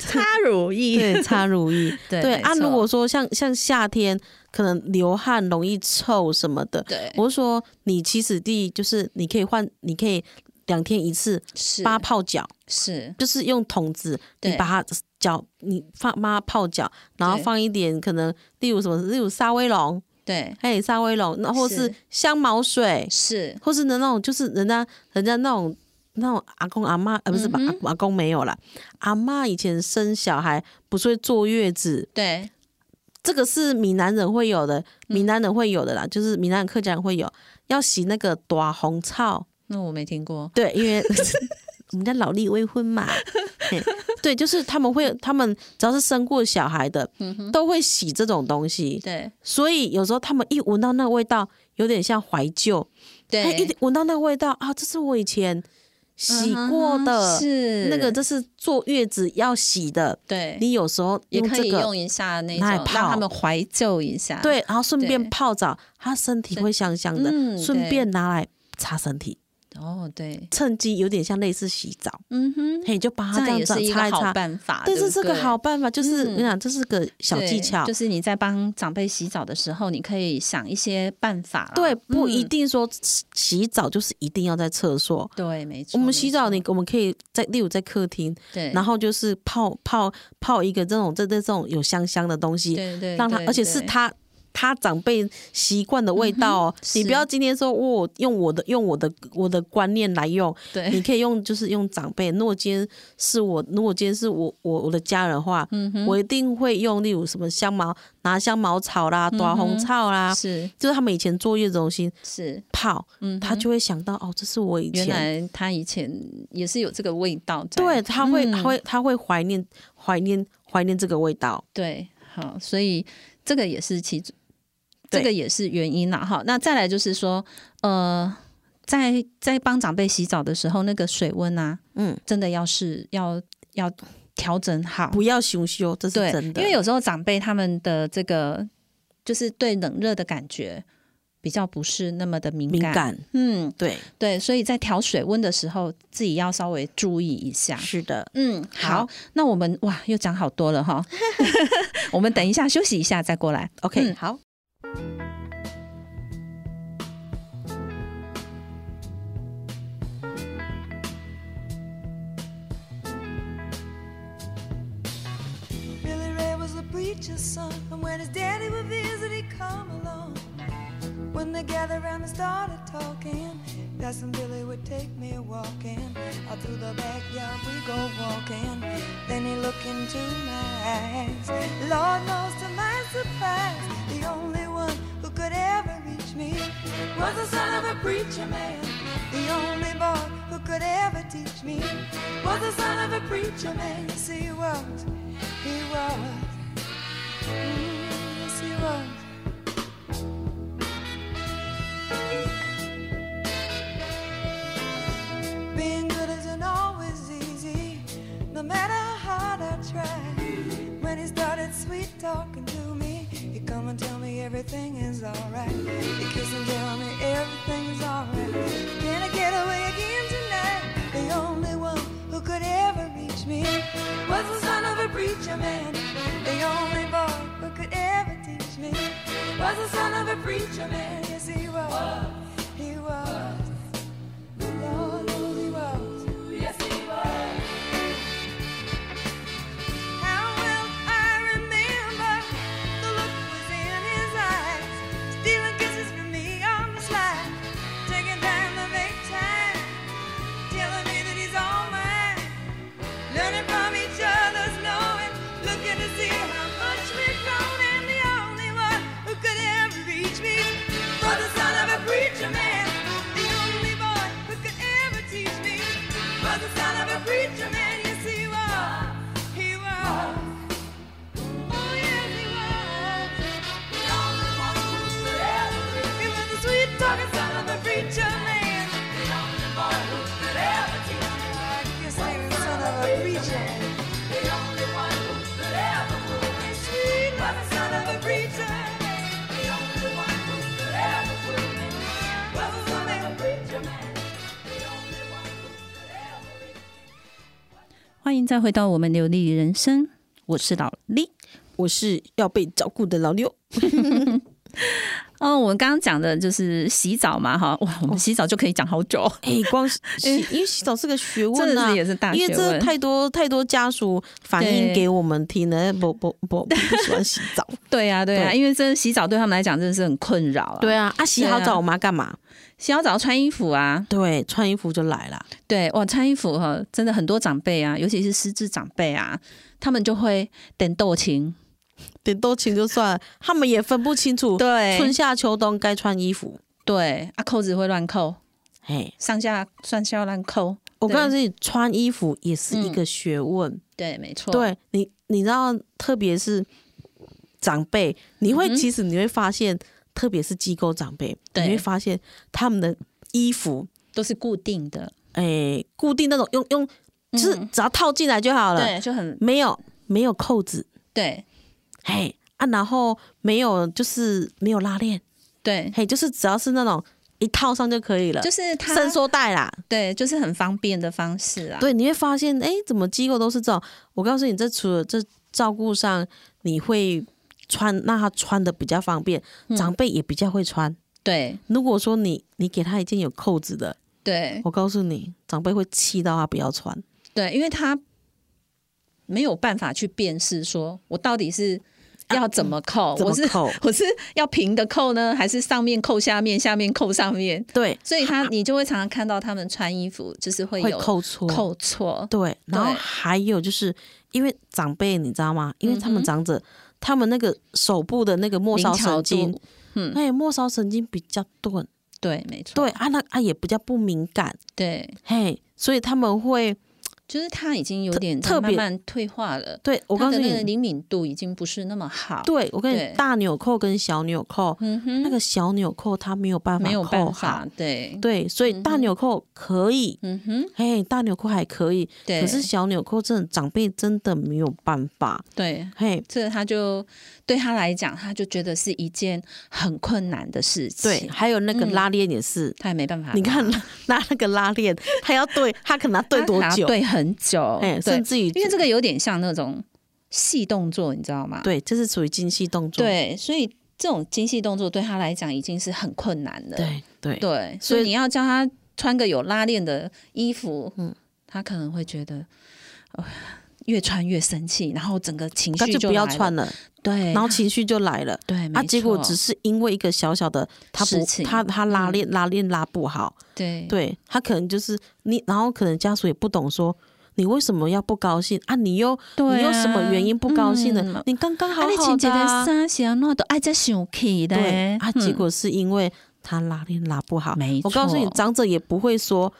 Speaker 1: 擦乳液。
Speaker 2: 对擦乳液，
Speaker 1: <laughs> 对
Speaker 2: 对
Speaker 1: 没
Speaker 2: 啊。
Speaker 1: 错
Speaker 2: 如果说像像夏天可能流汗容易臭什么的，
Speaker 1: 对，
Speaker 2: 我是说你起始地就是你可以换，你可以两天一次
Speaker 1: 是
Speaker 2: 八泡脚，
Speaker 1: 是，
Speaker 2: 就是用桶子，
Speaker 1: 对
Speaker 2: 你把它脚，你放把它泡脚，然后
Speaker 1: 对
Speaker 2: 放一点可能，例如什么，例如沙威龙，
Speaker 1: 对
Speaker 2: 嘿，沙威龙，然后是
Speaker 1: 是
Speaker 2: 香茅水，
Speaker 1: 是，
Speaker 2: 或是那种就是人家人家那种那种阿公阿妈，呃，不是吧？
Speaker 1: 嗯
Speaker 2: 阿阿公没有啦，阿妈以前生小孩不是会坐月子，
Speaker 1: 对
Speaker 2: 这个是闽南人会有
Speaker 1: 嗯
Speaker 2: 的，闽南人会有的啦，就是闽南人客家人会有，要洗那个短红草，
Speaker 1: 那我没听过。
Speaker 2: 对，
Speaker 1: <laughs>
Speaker 2: 因为我们家老力未婚嘛，嘿对，就是他们会，他们只要是生过小孩的，
Speaker 1: 嗯
Speaker 2: 都会洗这种东西，
Speaker 1: 对
Speaker 2: 所以有时候他们一闻到那个味道，有点像怀旧，哎，一
Speaker 1: 对，
Speaker 2: 闻到那个味道啊，这是我以前洗
Speaker 1: 嗯
Speaker 2: 过
Speaker 1: 哼
Speaker 2: 的，
Speaker 1: 是
Speaker 2: 那个，这是坐月子要洗的，
Speaker 1: 对，
Speaker 2: 你有时候
Speaker 1: 也
Speaker 2: 用
Speaker 1: 可
Speaker 2: 这
Speaker 1: 以
Speaker 2: 个
Speaker 1: 用。一下那种，
Speaker 2: 拿来
Speaker 1: 让
Speaker 2: 泡
Speaker 1: 他们怀旧一下。
Speaker 2: 对，然后顺便
Speaker 1: 对
Speaker 2: 泡澡，他身体
Speaker 1: 对
Speaker 2: 会香香的，
Speaker 1: 嗯
Speaker 2: 顺
Speaker 1: 对
Speaker 2: 便拿来擦身体，
Speaker 1: 哦，对，
Speaker 2: 趁机有点像类似洗澡，
Speaker 1: 嗯哼，
Speaker 2: 嘿，你就把
Speaker 1: 这
Speaker 2: 它这
Speaker 1: 样
Speaker 2: 样
Speaker 1: 也
Speaker 2: 子
Speaker 1: 是一
Speaker 2: 擦
Speaker 1: 个
Speaker 2: 一
Speaker 1: 好
Speaker 2: 擦，
Speaker 1: 办法。
Speaker 2: 对，
Speaker 1: 对
Speaker 2: 这
Speaker 1: 不
Speaker 2: 是个
Speaker 1: 对
Speaker 2: 好办法，就是
Speaker 1: 嗯
Speaker 2: 我想这是个小技
Speaker 1: 对
Speaker 2: 巧
Speaker 1: 就，是你在帮长辈洗澡的时候，你可以想一些办法啦。
Speaker 2: 对，不一
Speaker 1: 嗯
Speaker 2: 定说洗澡就是一定要在厕所。
Speaker 1: 对，没错。
Speaker 2: 我们
Speaker 1: 没
Speaker 2: 洗澡，
Speaker 1: 错
Speaker 2: 你我们可以在，例如在客厅，
Speaker 1: 对，
Speaker 2: 然后就是泡泡泡一个这种这这这种有香香的东西，
Speaker 1: 对对，
Speaker 2: 让它
Speaker 1: 对
Speaker 2: 而且是
Speaker 1: 对
Speaker 2: 它他长辈习惯的味道哦。你不
Speaker 1: 是
Speaker 2: 要今天说我用我的用我的我的观念
Speaker 1: <laughs>
Speaker 2: 来用，你
Speaker 1: 对，
Speaker 2: 可以用就是用长辈。如果今天是我，如果今天是我我我的家人的话，
Speaker 1: 嗯
Speaker 2: 我一定会用，例如什么香茅拿香茅草啦、短红草啦，
Speaker 1: 嗯是
Speaker 2: 就是他们以前坐月子中心
Speaker 1: 是，
Speaker 2: 泡，
Speaker 1: 嗯哼，
Speaker 2: 他就会想到哦，这是我以
Speaker 1: 原
Speaker 2: 前。
Speaker 1: 来他以前也是有这个味道在，
Speaker 2: 对，他会，
Speaker 1: 嗯
Speaker 2: 他会，他会怀念，怀念，怀念这个味道。
Speaker 1: 对，好，所以这个也是其中，
Speaker 2: 对
Speaker 1: 这个也是原因啦。好，那再来就是说，呃，在在帮长辈洗澡的时候，那个水温啊，
Speaker 2: 嗯，
Speaker 1: 真的要是要要调整好，
Speaker 2: 不要羞羞，这是
Speaker 1: 对，
Speaker 2: 真的。
Speaker 1: 因为有时候长辈他们的这个就是对冷热的感觉比较不是那么的敏
Speaker 2: 敏
Speaker 1: 感，
Speaker 2: 感，
Speaker 1: 嗯，
Speaker 2: 对，
Speaker 1: 对，所以在调水温的时候，自己要稍微注意一下。
Speaker 2: 是的。
Speaker 1: 嗯，好，
Speaker 2: 好
Speaker 1: 那我们哇，又讲好多了 <laughs> 哈。我们等一下休息一下再过来。
Speaker 2: OK，
Speaker 1: 嗯
Speaker 2: 好，
Speaker 4: Billy Ray was a preacher's son, and when his daddy would visit, he'd come along. When they gathered round and started talking, Cousin Billy would take me walking. Out through the backyard we go walking. Then he looked into my eyes. Lord knows to my surprise, the only one who could ever reach me was the son of a preacher man. The only boy who could ever teach me was the son of a preacher man. Yes, he was. He was. Mm, yes, he was. Being good isn't always easy, no matter how hard I try. When he started sweet talking to me, he'd come and tell me everything is alright. He'd kiss and tell me everything is alright. Can I get away again tonight? The only one who could ever reach me was the son of a preacher man. The only boy who could ever teach me was the son of a preacher man. Yes, he was. He was. Lord, Lord, he was. Yes, he was. How well I remember the look was in his eyes, stealing kisses from me on the slide, taking time to make time, telling me that he's all mine, learning from each other's knowing, looking to see how much we've grown, and the only one who could ever reach me was the son of a preacher man, the only boy who could ever teach me was the son of a preacher man. Yes, he was. He was. Oh, yes, he was. The only one who could ever reach me was the sweet talking son of a preacher man. The only boy who could ever teach me. I guess I was the son of a preacher man. The only one who could ever prove me sweet was the son of a preacher man. The only one who could ever prove me was the son of a preacher man. The only one who could ever reach me.
Speaker 1: 欢迎再回到我们流利人生，我是老李。
Speaker 2: 我是要被照顾的老 <laughs> 六。
Speaker 1: 哦，我们刚刚讲的就是洗澡嘛，哈，哇，我们洗澡就可以讲好久，
Speaker 2: <laughs> 哎，光是洗，因为洗澡是个学
Speaker 1: 真
Speaker 2: 问
Speaker 1: 的
Speaker 2: 啊
Speaker 1: 是，也是大
Speaker 2: 因
Speaker 1: 学
Speaker 2: 为这
Speaker 1: 问。
Speaker 2: 太多太多家属反映
Speaker 1: 对
Speaker 2: 给我们听了，不不不不不喜欢洗澡。
Speaker 1: 对呀、对呀、啊
Speaker 2: 对
Speaker 1: 因为这洗澡对他们来讲真的是很困扰啊。
Speaker 2: <laughs> 对，啊，啊，洗好澡我妈干嘛？
Speaker 1: 洗好澡穿衣服啊，
Speaker 2: 对，穿衣服就来了。
Speaker 1: 对，哇，穿衣服哈，真的很多长辈啊，尤其是失智长辈啊，他们就会点豆情，
Speaker 2: 点多情就算了，他们也分不清楚
Speaker 1: 对
Speaker 2: 春夏秋冬该穿衣服。
Speaker 1: 对啊，扣子会乱扣，
Speaker 2: 哎，
Speaker 1: 上下上下乱扣，
Speaker 2: 我
Speaker 1: 对
Speaker 2: 告诉你，穿衣服也是一个学问。
Speaker 1: 对，没错，
Speaker 2: 对你，你知道，特别是长辈，你会、
Speaker 1: 嗯哼
Speaker 2: 其实你会发现，特别是机构长辈，你
Speaker 1: 对
Speaker 2: 会发现他们的衣服，
Speaker 1: 都是固定的，
Speaker 2: 哎、固定那种用用，就是
Speaker 1: 嗯
Speaker 2: 只要套进来就好了，
Speaker 1: 对，就很
Speaker 2: 没有没有扣子，
Speaker 1: 对
Speaker 2: 嘿啊，然后没有就是没有拉链，
Speaker 1: 对，
Speaker 2: 嘿，就是只要是那种一套上就可以了，
Speaker 1: 就是他
Speaker 2: 伸缩带啦。
Speaker 1: 对，就是很方便的方式啊。
Speaker 2: 对，你会发现，哎、怎么机构都是这种？我告诉你，这除了这照顾上，你会穿，让他穿的比较方便，
Speaker 1: 嗯
Speaker 2: 长辈也比较会穿。
Speaker 1: 对
Speaker 2: 如果说你你给他一件有扣子的，
Speaker 1: 对
Speaker 2: 我告诉你，长辈会气到他不要穿。
Speaker 1: 对，因为他没有办法去辨识，说我到底是要怎么扣？
Speaker 2: 啊嗯怎么
Speaker 1: 我是
Speaker 2: 扣
Speaker 1: <laughs> 我是要平的扣呢，还是上面扣下面，下面扣上面？
Speaker 2: 对，
Speaker 1: 所以他你就会常常看到他们穿衣服就是会
Speaker 2: 啊会
Speaker 1: 有
Speaker 2: 扣错，
Speaker 1: 扣错，
Speaker 2: 对，然后
Speaker 1: 对
Speaker 2: 还有就是因为长辈你知道吗？因为他
Speaker 1: 嗯
Speaker 2: 们长者，他们那个手部的那个末
Speaker 1: 灵
Speaker 2: 梢
Speaker 1: 巧
Speaker 2: 神经
Speaker 1: 度，，嗯，
Speaker 2: 哎，末梢神经比较钝，
Speaker 1: 对，没错，
Speaker 2: 对啊，那啊也比较不敏感，
Speaker 1: 对，
Speaker 2: 嘿，所以他们会
Speaker 1: 就是他已经有
Speaker 2: 特
Speaker 1: 点
Speaker 2: 特
Speaker 1: 慢
Speaker 2: 别
Speaker 1: 慢退化了。
Speaker 2: 对我
Speaker 1: 他
Speaker 2: 告
Speaker 1: 的
Speaker 2: 诉
Speaker 1: 那个
Speaker 2: 你，
Speaker 1: 灵敏度已经不是那么好，
Speaker 2: 对我跟
Speaker 1: 对
Speaker 2: 你大纽扣跟小纽扣，
Speaker 1: 嗯哼，
Speaker 2: 那个小纽扣它没有办法
Speaker 1: 没有
Speaker 2: 扣
Speaker 1: 办
Speaker 2: 好
Speaker 1: 法，，对，
Speaker 2: 对，所以大纽扣可以，
Speaker 1: 嗯哼，
Speaker 2: 嘿，大纽扣还可以，
Speaker 1: 对，
Speaker 2: 可是小纽扣真的长辈真的没有办法，
Speaker 1: 对，
Speaker 2: 嘿，
Speaker 1: 这他就对他来讲，他就觉得是一件很困难的事情，
Speaker 2: 对，还有那个
Speaker 1: 嗯啊
Speaker 2: 拉链也是。
Speaker 1: 他也没办法。
Speaker 2: 你看拉那个拉链，他要对，他可能要对
Speaker 1: 他
Speaker 2: 多
Speaker 1: 拿
Speaker 2: 久？
Speaker 1: 对很久，
Speaker 2: 哎
Speaker 1: 对
Speaker 2: 甚至于
Speaker 1: 因为这个有点像那种细动作，你知道吗？
Speaker 2: 对，这是属于精细动作。
Speaker 1: 对，所以这种精细动作对他来讲已经是很困难了。
Speaker 2: 对对
Speaker 1: 对，
Speaker 2: 所
Speaker 1: 所
Speaker 2: 以
Speaker 1: 以你要叫他穿个有拉链的衣服，
Speaker 2: 嗯
Speaker 1: 他可能会觉得。呃越穿越生气，然后整个情
Speaker 2: 干
Speaker 1: 绪
Speaker 2: 脆不要
Speaker 1: 来了
Speaker 2: 穿，了，
Speaker 1: 对，
Speaker 2: 然后情绪就来了。
Speaker 1: 对，
Speaker 2: 啊，
Speaker 1: 没
Speaker 2: 结果
Speaker 1: 错
Speaker 2: 只是因为一个小小的，他
Speaker 1: 事
Speaker 2: 不，
Speaker 1: 情
Speaker 2: 他他拉
Speaker 1: 嗯
Speaker 2: 链、拉链拉不好，
Speaker 1: 对
Speaker 2: 对他可能就是你，然后可能家属也不懂说你为什么要不高兴啊？你又、
Speaker 1: 对
Speaker 2: 你又什么
Speaker 1: 啊
Speaker 2: 原因不高兴呢？
Speaker 1: 嗯
Speaker 2: 你刚刚好
Speaker 1: 啊，你穿
Speaker 2: 好
Speaker 1: 一
Speaker 2: 的、
Speaker 1: 个衫是安怎都爱在生气的，
Speaker 2: 对啊，
Speaker 1: 嗯
Speaker 2: 结果是因为他拉链拉不好。
Speaker 1: 没
Speaker 2: 我告诉你，
Speaker 1: 错
Speaker 2: 长者也不会说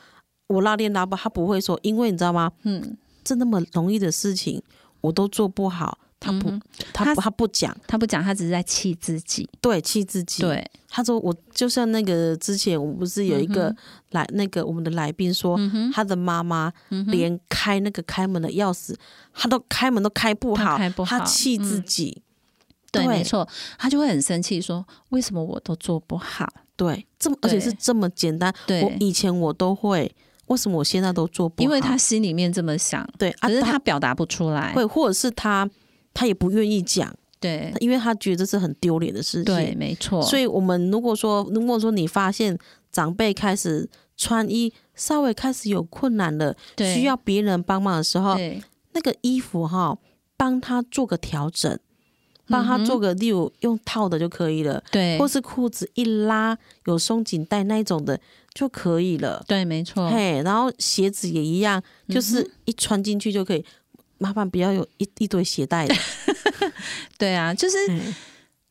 Speaker 2: 我拉链拉不好，他不会说，因为你知道吗？
Speaker 1: 嗯，
Speaker 2: 这那么容易的事情，我都做不好。他不，
Speaker 1: 嗯
Speaker 2: 他
Speaker 1: 他
Speaker 2: 不，他不讲，
Speaker 1: 他不讲，他只是在气自己，
Speaker 2: 对，气自己。，
Speaker 1: 对，
Speaker 2: 他说我就像那个之前，我不是有一
Speaker 1: 嗯
Speaker 2: 个来、那个我们的来宾说，他的妈妈
Speaker 1: 嗯
Speaker 2: 连开那个开门的钥匙，他都开门都开不
Speaker 1: 他
Speaker 2: 好，
Speaker 1: 开不
Speaker 2: 他
Speaker 1: 好
Speaker 2: 气自
Speaker 1: 嗯
Speaker 2: 己。
Speaker 1: 对，
Speaker 2: 对
Speaker 1: 没错，他就会很生气，说为什么我都做不好？
Speaker 2: 对，这么而且是
Speaker 1: 对
Speaker 2: 这么简单。
Speaker 1: 对
Speaker 2: 我以前我都会，为什么我现在都做不好？
Speaker 1: 因为他心里面这么想，
Speaker 2: 对啊，
Speaker 1: 可是
Speaker 2: 他
Speaker 1: 他表达不出来，
Speaker 2: 会，或者是他他也不愿意讲，
Speaker 1: 对
Speaker 2: 因为他觉得这是很丢脸的事情。
Speaker 1: 对，，没错，
Speaker 2: 所以我们如果说，如果说你发现长辈开始穿衣稍微开始有困难了，
Speaker 1: 对
Speaker 2: 需要别人帮忙的时候，
Speaker 1: 对
Speaker 2: 那个衣服哈、帮他做个调整，帮他
Speaker 1: 嗯哼
Speaker 2: 做个，例如用套的就可以了。
Speaker 1: 对
Speaker 2: 或，是裤子一拉有松紧带那一种的就可以了。
Speaker 1: 对，没错，嗯
Speaker 2: 嘿，然后鞋子也一样，就是一穿进去就可以。麻烦不要有一一堆鞋带的，
Speaker 1: <laughs> 对啊，就是
Speaker 2: 嗯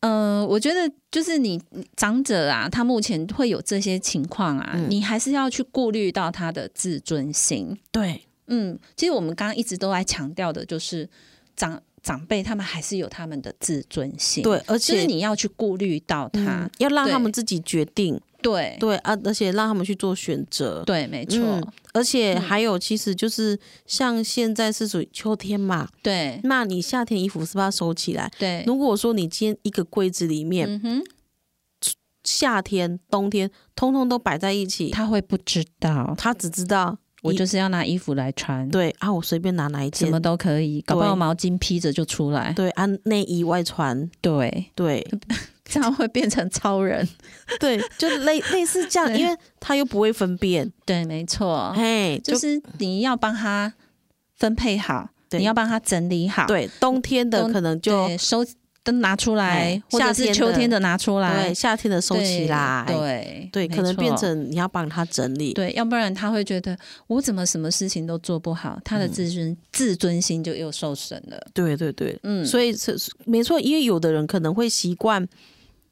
Speaker 1: 呃，我觉得就是你长者啊，他目前会有这些情况啊，
Speaker 2: 嗯
Speaker 1: 你还是要去顾虑到他的自尊心，
Speaker 2: 对
Speaker 1: 嗯，其实我们刚刚一直都在强调的就是长长辈他们还是有他们的自尊心，，
Speaker 2: 对，而
Speaker 1: 就是
Speaker 2: 且
Speaker 1: 你要去顾虑到他，
Speaker 2: 嗯要让他
Speaker 1: 对
Speaker 2: 们自己决定，
Speaker 1: 对
Speaker 2: 对啊，而且让他们去做选择，
Speaker 1: 欸对，没错，
Speaker 2: 嗯，而且还有，其实就是像现在是属于秋天嘛，
Speaker 1: 对
Speaker 2: 那你夏天衣服是不是要收起来？
Speaker 1: 对，
Speaker 2: 如果说你今天一个柜子里面，
Speaker 1: 嗯哼，
Speaker 2: 夏天、冬天通通都摆在一起，
Speaker 1: 他会不知道，
Speaker 2: 他只知道
Speaker 1: 我
Speaker 2: 一
Speaker 1: 就是要拿衣服来穿，，
Speaker 2: 对啊，我随便拿哪一
Speaker 1: 什
Speaker 2: 件，
Speaker 1: 么都可以，搞不好
Speaker 2: 对
Speaker 1: 毛巾披着就出来，
Speaker 2: 对啊，内衣外穿，
Speaker 1: 对，
Speaker 2: 对
Speaker 1: 这样会变成超人，
Speaker 2: 对，就类类似这样，
Speaker 1: 对
Speaker 2: 因为他又不会分辨，
Speaker 1: <laughs> 对，没错，
Speaker 2: 嘿，
Speaker 1: 就
Speaker 2: 哎就是
Speaker 1: 你要帮他分配好，
Speaker 2: 对
Speaker 1: 你要帮他整理好，
Speaker 2: 对冬天的
Speaker 1: 冬
Speaker 2: 可能就
Speaker 1: 对收。都拿出来
Speaker 2: 哎，
Speaker 1: 或者
Speaker 2: 夏
Speaker 1: 是
Speaker 2: 天
Speaker 1: 秋
Speaker 2: 的
Speaker 1: 天的拿出来，
Speaker 2: 对夏天的收起来，
Speaker 1: 对
Speaker 2: 对，
Speaker 1: 没
Speaker 2: 可能变
Speaker 1: 错
Speaker 2: 成你要帮他整理，
Speaker 1: 对，要不然他会觉得我怎么什么事情都做不好，他的
Speaker 2: 嗯
Speaker 1: 自尊、自尊心就又受损了。
Speaker 2: 对对对，
Speaker 1: 嗯，
Speaker 2: 所以是是没错，因为有的人可能会习惯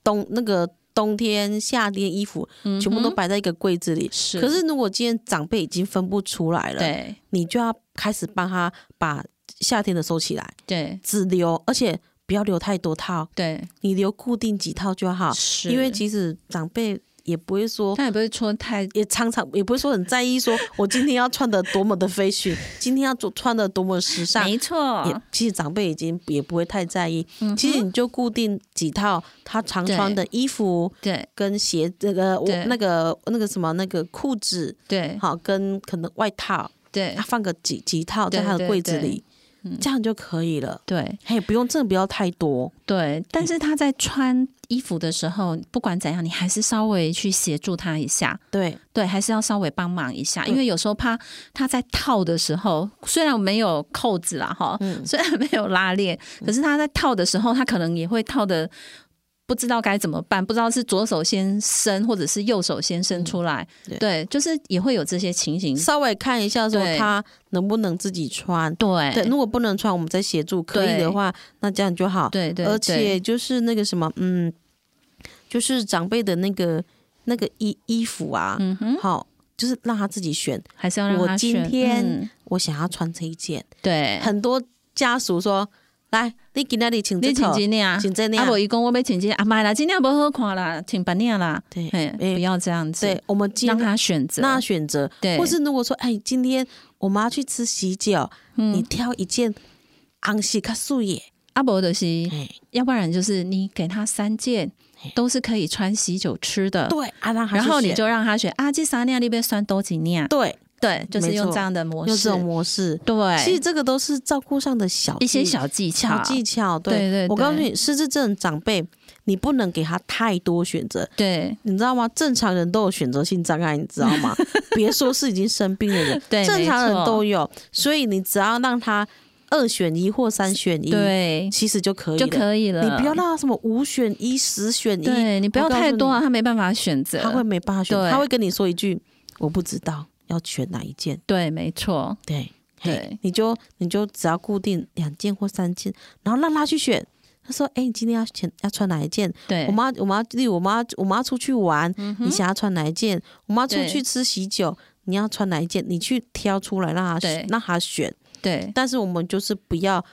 Speaker 2: 冬那个冬天、夏天衣服
Speaker 1: 以
Speaker 2: 全部都摆在一个柜子里。
Speaker 1: 嗯是，
Speaker 2: 可是如果今天长辈已经分不出来了，
Speaker 1: 对
Speaker 2: 你就要开始帮他把夏天的收起来，
Speaker 1: 对
Speaker 2: 只留，而且不要留太多套，
Speaker 1: 对，
Speaker 2: 你留固定几套就好。
Speaker 1: 是
Speaker 2: 因为其实长辈也不会说，
Speaker 1: 他也不会说太
Speaker 2: 也常常也不会说很在意，说我今天要穿的多么的 fashion，今天要做穿的多么时尚。
Speaker 1: 没错
Speaker 2: 也，其实长辈已经也不会太在意，
Speaker 1: 嗯
Speaker 2: 其实
Speaker 1: 哼
Speaker 2: 你就固定几套他常穿的衣服
Speaker 1: 对
Speaker 2: 跟鞋，那个我
Speaker 1: 对
Speaker 2: 那个那个什么那个裤子，
Speaker 1: 对
Speaker 2: 好跟可能外套，
Speaker 1: 对
Speaker 2: 他放个几几套在
Speaker 1: 对
Speaker 2: 他的
Speaker 1: 对
Speaker 2: 柜子
Speaker 1: 对嗯
Speaker 2: 里，这样就可以了。
Speaker 1: 对
Speaker 2: 嘿，不用，真的不要太多。
Speaker 1: 对，
Speaker 2: 嗯
Speaker 1: 但是他在穿衣服的时候，不管怎样，你还是稍微去协助他一下，
Speaker 2: 对，
Speaker 1: 对，还是要稍微帮忙一下，
Speaker 2: 对
Speaker 1: 因为有时候怕他在套的时候，虽然没有扣子啦哈，
Speaker 2: 嗯
Speaker 1: 虽然没有拉链，可是他在套的时候，他可能也会套的不知道该怎么办，不知道是左手先伸或者是右手先伸出来，
Speaker 2: 嗯对
Speaker 1: 对，就是也会有这些情形，
Speaker 2: 稍微看一下说
Speaker 1: 嗯对
Speaker 2: 他能不能自己穿。
Speaker 1: 对
Speaker 2: 对，如果不能穿，我们再协助。可以
Speaker 1: 对
Speaker 2: 的话，那这样就好。
Speaker 1: 对对，
Speaker 2: 而
Speaker 1: 对
Speaker 2: 且就是那个什么，嗯，就是长辈的那个那个衣衣服啊，
Speaker 1: 嗯哼，
Speaker 2: 好，就是让他自己选。
Speaker 1: 还是要让
Speaker 2: 我
Speaker 1: 他
Speaker 2: 今
Speaker 1: 选
Speaker 2: 天
Speaker 1: 嗯
Speaker 2: 我想要穿这一件，
Speaker 1: 对，
Speaker 2: 很多家属说，来，你给那里请这
Speaker 1: 你请
Speaker 2: 套，
Speaker 1: 几领啊？
Speaker 2: 请这那
Speaker 1: 啊，无伊讲我要穿这个啊，买啦，今天无好看啦，穿别领啦，
Speaker 2: 对
Speaker 1: 嘿
Speaker 2: 哎
Speaker 1: 不要这样子，
Speaker 2: 对，我们今
Speaker 1: 让他选择。
Speaker 2: 那选择，
Speaker 1: 对
Speaker 2: 或是如果说，哎，今天我们要去吃喜酒，你
Speaker 1: 嗯，
Speaker 2: 挑一件昂喜卡素耶，
Speaker 1: 啊，无就是，
Speaker 2: 哎，
Speaker 1: 要不然就是你给他三件
Speaker 2: 嘿
Speaker 1: 都是可以穿喜酒吃的，
Speaker 2: 对，啊，让他去
Speaker 1: 然后你
Speaker 2: 选
Speaker 1: 就让他选啊，这三领你要选多几领？
Speaker 2: 对，
Speaker 1: 对，就是
Speaker 2: 没
Speaker 1: 用
Speaker 2: 错
Speaker 1: 这样的模
Speaker 2: 用
Speaker 1: 式
Speaker 2: 这，种模式，其
Speaker 1: 对，
Speaker 2: 实这个都是照顾上的小
Speaker 1: 一些
Speaker 2: 技
Speaker 1: 小技巧
Speaker 2: 小，技巧，
Speaker 1: 对
Speaker 2: 对
Speaker 1: 对
Speaker 2: 我告诉
Speaker 1: 对
Speaker 2: 你，失智症长辈，你不能给他太多选择，
Speaker 1: 对
Speaker 2: 你知道吗？正常人都有选择性障碍，你知道吗？ <laughs> 别说是已经生病的人，
Speaker 1: 对，
Speaker 2: 正常人都
Speaker 1: 有，
Speaker 2: 有，所以你只要让他二选一或三选一，，
Speaker 1: 对，
Speaker 2: 其实就可以
Speaker 1: 就
Speaker 2: 了。
Speaker 1: 可以了。
Speaker 2: 你不要让他什么五选一、十选一，
Speaker 1: 对你不要
Speaker 2: 我告诉
Speaker 1: 太多啊，他没办法选择，
Speaker 2: 他会没办法选，
Speaker 1: 对
Speaker 2: 他会跟你说一句：“我不知道要选哪一件。
Speaker 1: 对，没错，”
Speaker 2: 对，
Speaker 1: 对，
Speaker 2: 你就你就只要固定两件或三件，然后让他去选。他说：“哎、你今天要选要穿哪一件？
Speaker 1: 对
Speaker 2: 我，妈，我妈，例如我妈，我妈出去玩，你想要穿哪一件？我妈
Speaker 1: 嗯
Speaker 2: 出
Speaker 1: 对
Speaker 2: 去吃喜酒，你要穿哪一件？你去挑出来，让她
Speaker 1: 对
Speaker 2: 让她选。
Speaker 1: 对。
Speaker 2: 但是我们就是不要，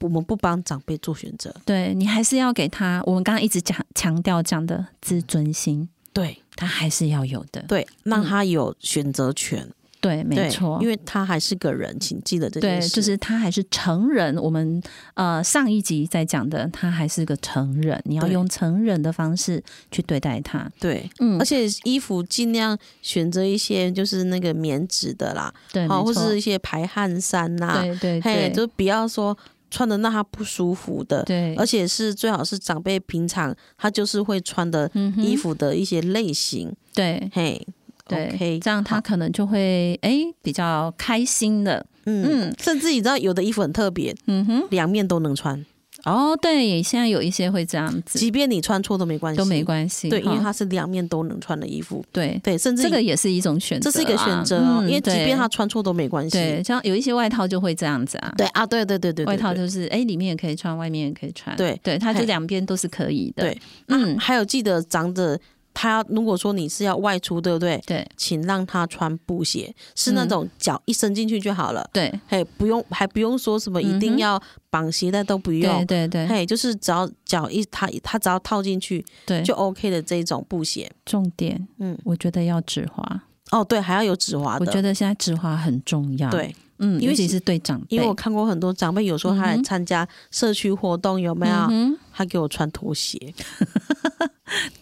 Speaker 2: 我们不帮长辈做选择。
Speaker 1: 对你还是要给他，我们刚刚一直讲强调讲的自尊心，
Speaker 2: 对
Speaker 1: 他还是要有的。
Speaker 2: 对，让他有选择权。
Speaker 1: 对，嗯没
Speaker 2: 对
Speaker 1: 错，
Speaker 2: 因为他还是个人，请记得这件
Speaker 1: 对，
Speaker 2: 事。
Speaker 1: 就是他还是成人。我们呃上一集在讲的，他还是个成人，你要
Speaker 2: 对
Speaker 1: 用成人的方式去对待他。
Speaker 2: 对，
Speaker 1: 嗯
Speaker 2: 而，且衣服尽量选择一些就是那个棉质的啦，
Speaker 1: 对，
Speaker 2: 好，
Speaker 1: 没
Speaker 2: 或
Speaker 1: 错
Speaker 2: 是一些排汗衫呐、
Speaker 1: 对对
Speaker 2: 嘿，
Speaker 1: 对，
Speaker 2: 就不要说穿的让他不舒服的。
Speaker 1: 对，
Speaker 2: 而且是最好是长辈平常他就是会穿的
Speaker 1: 嗯哼
Speaker 2: 衣服的一些类型，
Speaker 1: 对
Speaker 2: 嘿
Speaker 1: 对
Speaker 2: ，OK，
Speaker 1: 这样他
Speaker 2: 好
Speaker 1: 可能就会哎比较开心的。
Speaker 2: 嗯
Speaker 1: 嗯，
Speaker 2: 甚至你知道有的衣服很特别，
Speaker 1: 嗯哼，
Speaker 2: 两面都能穿，
Speaker 1: 哦，对，现在有一些会这样子，
Speaker 2: 即便你穿错都没关系，
Speaker 1: 都没关系。
Speaker 2: 对，因为
Speaker 1: 哈
Speaker 2: 它是两面都能穿的衣服，
Speaker 1: 对
Speaker 2: 对，甚至
Speaker 1: 这个也是一种选择啊，
Speaker 2: 这是一个选择哦，
Speaker 1: 嗯
Speaker 2: 因为即便他
Speaker 1: 对
Speaker 2: 穿错都没关系。
Speaker 1: 对，像有一些外套就会这样子啊，
Speaker 2: 对啊，对对对对，对
Speaker 1: 外套
Speaker 2: 对
Speaker 1: 就是哎，里面也可以穿，外面也可以穿，
Speaker 2: 对
Speaker 1: 对，它就
Speaker 2: 嘿
Speaker 1: 两边都是可以的，
Speaker 2: 对，
Speaker 1: 嗯，
Speaker 2: 还有记得长者，他如果说你是要外出，对不对？
Speaker 1: 对
Speaker 2: 请让他穿布鞋，是那
Speaker 1: 嗯
Speaker 2: 种脚一伸进去就好了，
Speaker 1: 对
Speaker 2: 嘿，不用还不用说什么一
Speaker 1: 嗯哼
Speaker 2: 定要绑鞋带都不
Speaker 1: 对
Speaker 2: 用，
Speaker 1: 对对
Speaker 2: 嘿，就是只要脚一他他只要套进去
Speaker 1: 对，
Speaker 2: 就 OK 的这一种布鞋。
Speaker 1: 重点，
Speaker 2: 嗯，
Speaker 1: 我觉得要止滑，
Speaker 2: 哦，对，还要有止滑
Speaker 1: 我觉
Speaker 2: 的，
Speaker 1: 得现在止滑很重要，，
Speaker 2: 对，
Speaker 1: 嗯，
Speaker 2: 因
Speaker 1: 尤
Speaker 2: 为
Speaker 1: 其
Speaker 2: 其
Speaker 1: 是对长辈，
Speaker 2: 因为我看过很多长辈，有时候他来
Speaker 1: 嗯哼
Speaker 2: 参加社区活动，有没有？
Speaker 1: 嗯哼，
Speaker 2: 他给我穿拖鞋。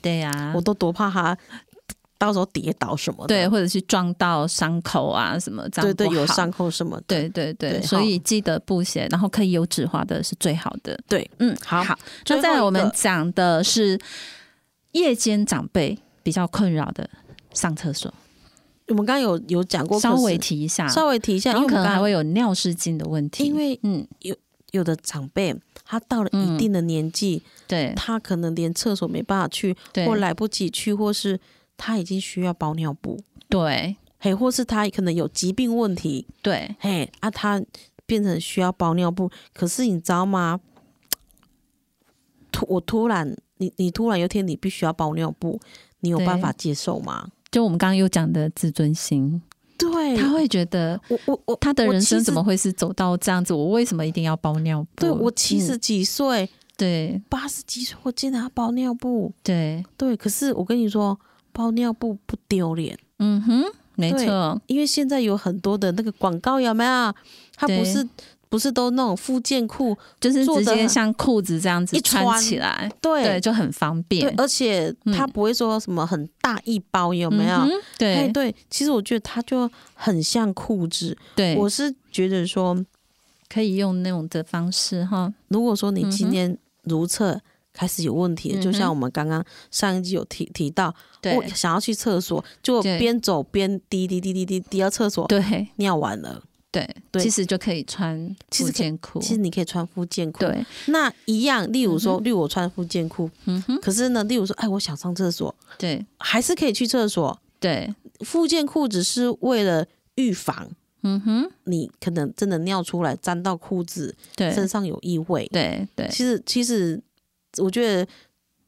Speaker 1: 对呀
Speaker 2: 我，都多怕他到时候跌倒什么的。
Speaker 1: 啊对，或者是撞到伤口啊什么，这样
Speaker 2: 对对，
Speaker 1: 不
Speaker 2: 有
Speaker 1: 好
Speaker 2: 伤口什么的。
Speaker 1: 对对对，
Speaker 2: 对
Speaker 1: 所
Speaker 2: 好
Speaker 1: 以记得布鞋，然后可以有止滑的是最好的。
Speaker 2: 对，
Speaker 1: 嗯，
Speaker 2: 好
Speaker 1: 好。那
Speaker 2: 最后
Speaker 1: 再来
Speaker 2: 一
Speaker 1: 我们
Speaker 2: 个
Speaker 1: 讲的是夜间长辈比较困扰的上厕所，
Speaker 2: 我们刚刚有有讲过，
Speaker 1: 稍
Speaker 2: 可是
Speaker 1: 微提一下，
Speaker 2: 稍微提一下，
Speaker 1: 然
Speaker 2: 因为
Speaker 1: 后可
Speaker 2: 我们
Speaker 1: 能还
Speaker 2: 刚
Speaker 1: 会
Speaker 2: 刚
Speaker 1: 有尿失禁的问题，
Speaker 2: 因为
Speaker 1: 嗯，
Speaker 2: 有的长辈他到了一定的年纪，
Speaker 1: 对
Speaker 2: 他可能连厕所没办法去，
Speaker 1: 对
Speaker 2: 或来不及去，或是他已经需要包尿布，
Speaker 1: 对
Speaker 2: 嘿，或是他可能有疾病问题，
Speaker 1: 对，
Speaker 2: 嘿，啊，他变成需要包尿布。可是你知道吗？突我突然，你你突然有一天你必须要包尿布，你有
Speaker 1: 对
Speaker 2: 办法接受吗？
Speaker 1: 就我们刚刚有讲的自尊心，
Speaker 2: 对，
Speaker 1: 他会觉得
Speaker 2: 我我我
Speaker 1: 他的
Speaker 2: 我
Speaker 1: 人
Speaker 2: 其
Speaker 1: 生
Speaker 2: 实
Speaker 1: 怎么会是走到这样子？我为什么一定要包尿布？
Speaker 2: 对我七十
Speaker 1: 嗯
Speaker 2: 几岁、
Speaker 1: 对
Speaker 2: 八十几岁，我竟然要包尿布？
Speaker 1: 对，
Speaker 2: 对，可是我跟你说，包尿布不丢脸，
Speaker 1: 嗯哼，没
Speaker 2: 对
Speaker 1: 错，
Speaker 2: 因为现在有很多的那个广告有没有？它
Speaker 1: 对
Speaker 2: 不是不是都那种附件裤？
Speaker 1: 就是
Speaker 2: 做
Speaker 1: 直
Speaker 2: 得
Speaker 1: 接
Speaker 2: 很
Speaker 1: 像裤子这样子
Speaker 2: 一
Speaker 1: 穿
Speaker 2: 穿
Speaker 1: 起来，
Speaker 2: 对
Speaker 1: 对，就很方
Speaker 2: 对
Speaker 1: 便，。
Speaker 2: 而且它
Speaker 1: 嗯
Speaker 2: 不会说什么很大一包，有没有？
Speaker 1: 嗯哼？
Speaker 2: 哎，
Speaker 1: 对
Speaker 2: 对，其实我觉得它就很像裤子。
Speaker 1: 对，
Speaker 2: 我是觉得说，
Speaker 1: 可以用那种的方式哈。
Speaker 2: 如果说你
Speaker 1: 嗯
Speaker 2: 今
Speaker 1: 哼
Speaker 2: 天如厕开始有问题了，就像
Speaker 1: 嗯哼
Speaker 2: 我们刚刚上一集有提提到，
Speaker 1: 对
Speaker 2: 我想要去厕所，就
Speaker 1: 对
Speaker 2: 边走边滴滴滴滴滴滴到厕所，
Speaker 1: 对
Speaker 2: 尿完了。
Speaker 1: 对
Speaker 2: 对
Speaker 1: 其实就可以穿
Speaker 2: 其
Speaker 1: 附
Speaker 2: 实可以
Speaker 1: 件裤。
Speaker 2: 其实你可以穿附件裤，
Speaker 1: 对，
Speaker 2: 那一样。例如说，例如我穿附件裤，
Speaker 1: 嗯哼，
Speaker 2: 可是呢，例如说，哎，我想上厕所，
Speaker 1: 对
Speaker 2: 还是可以去厕所。
Speaker 1: 对，
Speaker 2: 附件裤只是为了预防
Speaker 1: 嗯哼，
Speaker 2: 你可能真的尿出来沾到裤子，
Speaker 1: 对
Speaker 2: 身上有异味。
Speaker 1: 对对
Speaker 2: 其实其实我觉得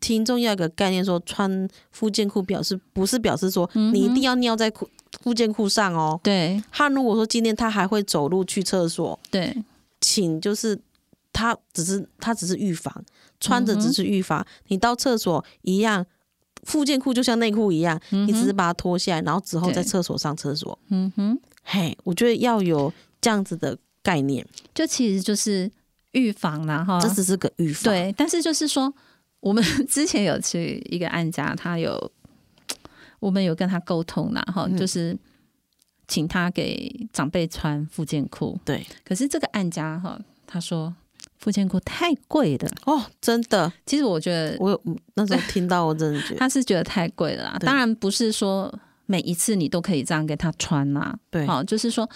Speaker 2: 听众要有个概念说，穿附件裤表示不是表示说
Speaker 1: 嗯哼
Speaker 2: 你一定要尿在裤附件裤上哦。
Speaker 1: 对
Speaker 2: 他如果说今天他还会走路去厕所，
Speaker 1: 对
Speaker 2: 请就是他只是他只是预防，穿着
Speaker 1: 嗯哼
Speaker 2: 只是预防，你到厕所一样。附件裤就像内裤一样，你只是把它脱下来，然后之后在
Speaker 1: 嗯对
Speaker 2: 厕所上厕所。
Speaker 1: 嗯哼，
Speaker 2: 嘿，我觉得要有这样子的概念，
Speaker 1: 就其实就是预防啦哈。
Speaker 2: 这只是个预防。
Speaker 1: 啊对，但是就是说，我们 <laughs> 之前有去一个案家，他有我们有跟他沟通啦，哈、就是请他给长辈穿附件裤。
Speaker 2: 对
Speaker 1: 可是这个案家哈，他说附件裤太贵了。
Speaker 2: 哦，真的，
Speaker 1: 其实我觉得
Speaker 2: 我有嗯那时候听到，我真的觉
Speaker 1: <laughs>
Speaker 2: 得
Speaker 1: 他是觉得太贵了啦。
Speaker 2: 对
Speaker 1: 当然不是说每一次你都可以这样给他穿啦，
Speaker 2: 对
Speaker 1: 好、就是说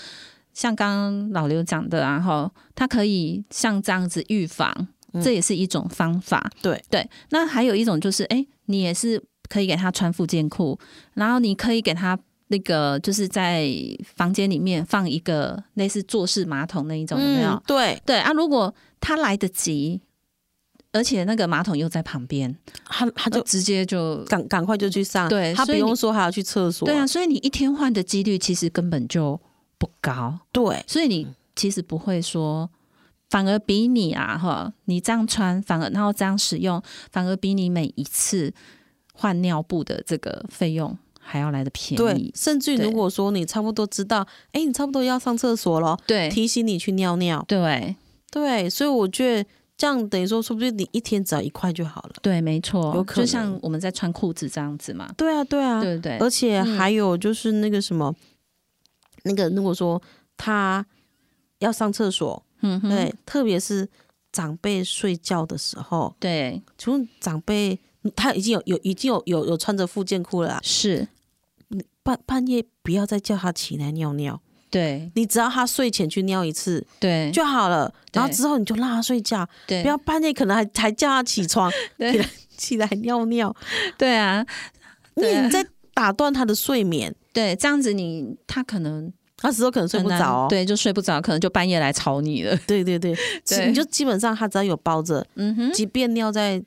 Speaker 1: 像刚刚老刘讲的、啊，然后他可以像这样子预防，这也是一种方法。
Speaker 2: 嗯对
Speaker 1: 对，那还有一种就是，哎，你也是可以给他穿附件裤，然后你可以给他。那个就是在房间里面放一个类似坐式马桶那一种，有没有？
Speaker 2: 嗯、对，
Speaker 1: 对啊，如果他来得及，而且那个马桶又在旁边，
Speaker 2: 他他
Speaker 1: 就
Speaker 2: 就
Speaker 1: 直接就
Speaker 2: 赶赶快就去上，
Speaker 1: 呃对
Speaker 2: 他不
Speaker 1: 所以你
Speaker 2: 用说还要去厕所，
Speaker 1: 对啊，所以你一天换的几率其实根本就不高，
Speaker 2: 对
Speaker 1: 所以你其实不会说，反而比你啊哈，你这样穿，反而然后这样使用，反而比你每一次换尿布的这个费用还要来的便
Speaker 2: 对
Speaker 1: 宜，。
Speaker 2: 甚至于
Speaker 1: 对
Speaker 2: 如果说你差不多知道，哎，你差不多要上厕所了，
Speaker 1: 对
Speaker 2: 提醒你去尿尿，
Speaker 1: 对
Speaker 2: 对，所以我觉得这样等于说，说不定你一天只要一块就好了，
Speaker 1: 对，没错，
Speaker 2: 有可能
Speaker 1: 就像我们在穿裤子这样子嘛，
Speaker 2: 对啊，对啊，
Speaker 1: 对不对？
Speaker 2: 而且还有就是那个什么，那个如果说他要上厕所，
Speaker 1: 嗯哼，
Speaker 2: 对，特别是长辈睡觉的时候，
Speaker 1: 对
Speaker 2: 请问长辈他已经有有已经有有有穿着附件裤了啊、
Speaker 1: 是，
Speaker 2: 半半夜不要再叫他起来尿尿，
Speaker 1: 对
Speaker 2: 你只要他睡前去尿一次
Speaker 1: 对
Speaker 2: 就好了，然后
Speaker 1: 对
Speaker 2: 之后你就让他睡觉，
Speaker 1: 对
Speaker 2: 不要半夜可能还还叫他起床
Speaker 1: 对
Speaker 2: 起来起来尿尿，
Speaker 1: <laughs> 对啊，
Speaker 2: 因
Speaker 1: 对
Speaker 2: 为
Speaker 1: 啊
Speaker 2: 你在打断他的睡眠，
Speaker 1: 对，这样子你他可能
Speaker 2: 他之后可能睡不
Speaker 1: 很难
Speaker 2: 着哦。
Speaker 1: 对，就睡不着，可能就半夜来吵你了。
Speaker 2: 对对对，
Speaker 1: 对
Speaker 2: 你就基本上他只要有包着，
Speaker 1: 嗯哼，
Speaker 2: 即便尿在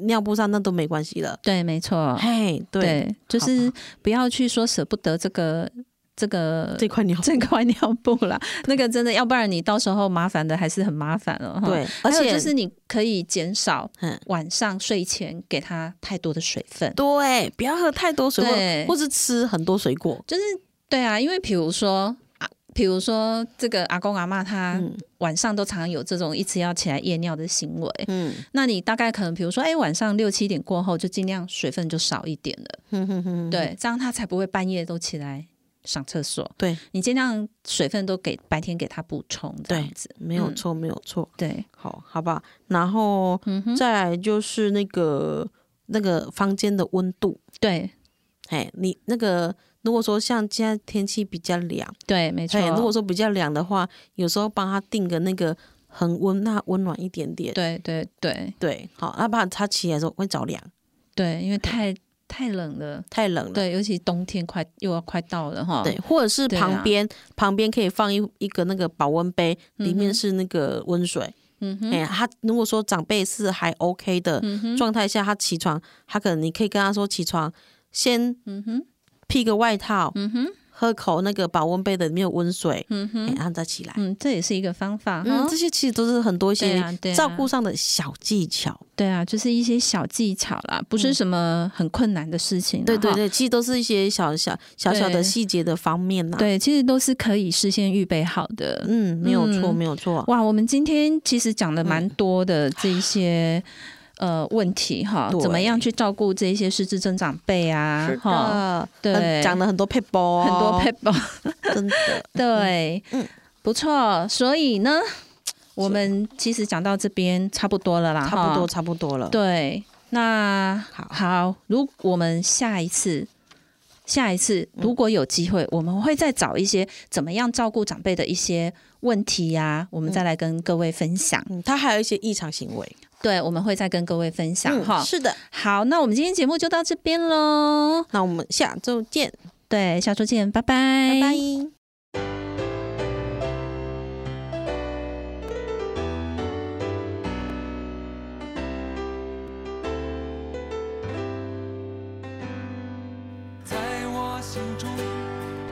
Speaker 2: 尿布上那都没关系了。
Speaker 1: 对，没错，
Speaker 2: 嘿，对，
Speaker 1: 哦对，就是不要去说舍不得这个这个
Speaker 2: 这块尿
Speaker 1: 呃这块尿布啦， <laughs> 那个真的，要不然你到时候麻烦的还是很麻烦了哈。
Speaker 2: 对，
Speaker 1: 哦还
Speaker 2: 而
Speaker 1: 有
Speaker 2: 且
Speaker 1: 就是你可以减少
Speaker 2: 嗯
Speaker 1: 晚上睡前给他太多的水分，
Speaker 2: 对，不要喝太多水
Speaker 1: 对
Speaker 2: 果，或是吃很多水果。
Speaker 1: 就是对啊，因为比如说啊，比如说这个阿公阿妈他
Speaker 2: 嗯
Speaker 1: 晚上都常常有这种一直要起来夜尿的行为，
Speaker 2: 嗯
Speaker 1: 那你大概可能比如说，哎、晚上六七点过后就尽量水分就少一点了，
Speaker 2: 哼哼哼，
Speaker 1: 对，这样他才不会半夜都起来上厕所。
Speaker 2: 对，
Speaker 1: 你尽量水分都给白天给他补充，这样子
Speaker 2: 没有
Speaker 1: 嗯
Speaker 2: 错，没有错。
Speaker 1: 对，
Speaker 2: 好，好吧。然后
Speaker 1: 嗯哼，
Speaker 2: 再来就是那个那个房间的温度，
Speaker 1: 对
Speaker 2: 哎，你那个如果说像现在天气比较凉，
Speaker 1: 对，没错
Speaker 2: 哎，。如果说比较凉的话，有时候帮他定个那个恒温，那温暖一点点。
Speaker 1: 对对对
Speaker 2: 对，好，那怕他起来的时候会着凉，
Speaker 1: 对，因为太太冷了，
Speaker 2: 太冷了。
Speaker 1: 对，尤其冬天快又要快到了哈。
Speaker 2: 嗯对，或者是
Speaker 1: 对啊
Speaker 2: 旁边、旁边可以放一一个那个保温杯，里面是那个温水。
Speaker 1: 嗯哼，嗯
Speaker 2: 哎、他如果说长辈是还 OK 的状态下，他起床，他可能你可以跟他说起床，先
Speaker 1: 嗯哼，
Speaker 2: 披个外套，
Speaker 1: 嗯哼，
Speaker 2: 喝口那个保温杯的里面有温水，
Speaker 1: 嗯
Speaker 2: 哎、
Speaker 1: 哼，
Speaker 2: 然后再起来。
Speaker 1: 嗯，这也是一个方法哈
Speaker 2: 嗯，这。些其实都是很多一
Speaker 1: 对
Speaker 2: 些
Speaker 1: 啊对啊
Speaker 2: 照顾上的小技巧。
Speaker 1: 对啊，就是一些小技巧啦，不是什么很困难的事情啦。
Speaker 2: 嗯对对
Speaker 1: 哈
Speaker 2: 对，其实都是一些小小小小
Speaker 1: 对
Speaker 2: 的细节的方面呐、，
Speaker 1: 对，其实都是可以事先预备好的。
Speaker 2: 嗯，没有错，
Speaker 1: 嗯
Speaker 2: 没有错。
Speaker 1: 哇，我们今天其实讲了
Speaker 2: 嗯
Speaker 1: 蛮多的这一些、呃问题哈，
Speaker 2: 对
Speaker 1: 怎么样去照顾这一些失智症长辈啊？哈，
Speaker 2: 呃，
Speaker 1: 对，
Speaker 2: 很讲了很多配包， <laughs>
Speaker 1: 很多 p a
Speaker 2: 真的。
Speaker 1: 对，
Speaker 2: 嗯
Speaker 1: 不错。所以呢，我们其实讲到这边差不多了啦，
Speaker 2: 差不多，
Speaker 1: 哈
Speaker 2: 差不多了。
Speaker 1: 对，那
Speaker 2: 好
Speaker 1: 如我们下一次，下一次
Speaker 2: 嗯
Speaker 1: 如果有机会，我们会再找一些怎么样照顾长辈的一些问题呀、我们再来跟各位分享。
Speaker 2: 嗯，他还有一些异常行为。
Speaker 1: 对，我们会再跟各位分享
Speaker 2: 嗯
Speaker 1: 哈、
Speaker 2: 是的。
Speaker 1: 好，那我们今天节目就到这边喽。
Speaker 2: 那我们下周见，
Speaker 1: 对，下周见，拜拜，
Speaker 2: 拜拜。
Speaker 5: 在我心中，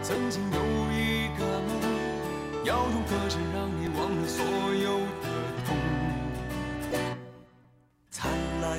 Speaker 5: 曾经有一个梦，要用歌声让你忘了所有的痛。灿烂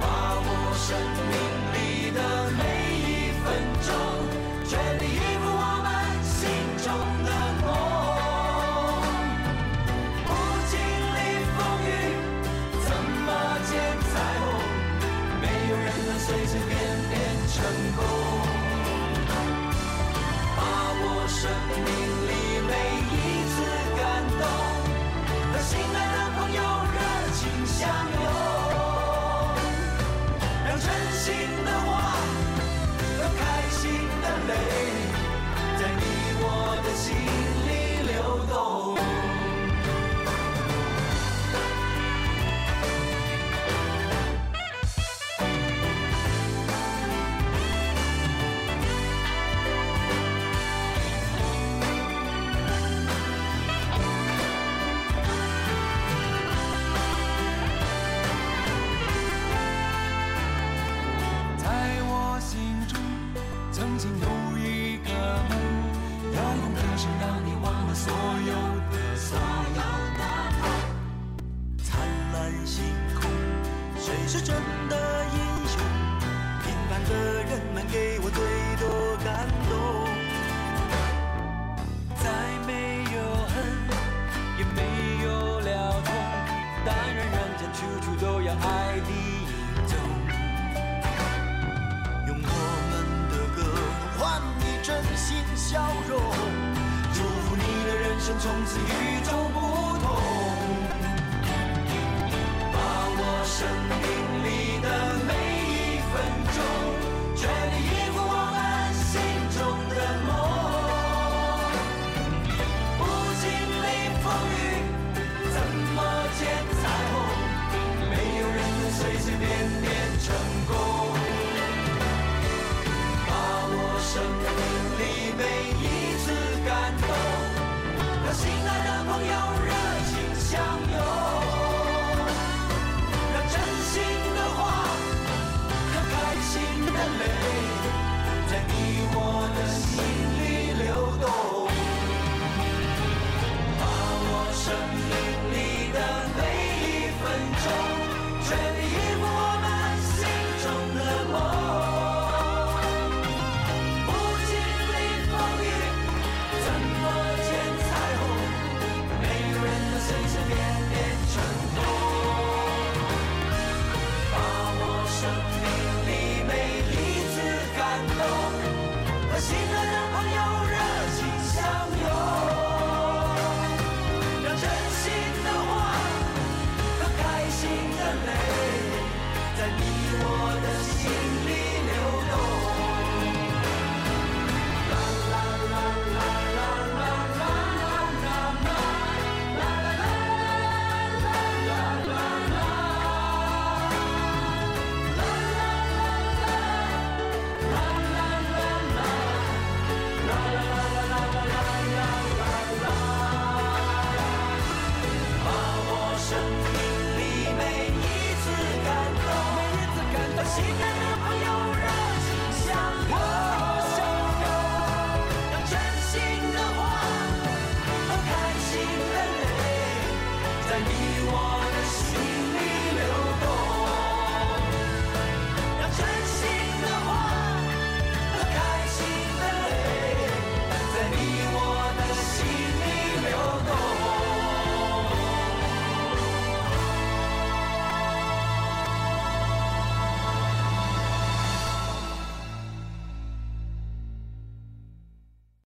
Speaker 5: 把握生命里的每一分钟，全力以赴我们心中的梦。不经历风雨，怎么见彩虹？没有人能随随便便成功。把握生命里每一次感动，和心爱的朋友热情相拥，让真心的话和开心的泪，在你我的心里流动。在我心中，曾经有一个梦，要用歌声让你忘了所有的所有的痛。灿烂星空，谁是真的英雄？平凡的人们给我最多感动。再没有恨，也没有了痛，但愿人间处处都有爱的影踪。用我们的歌换你真心笑容，祝福你的人生从此与众不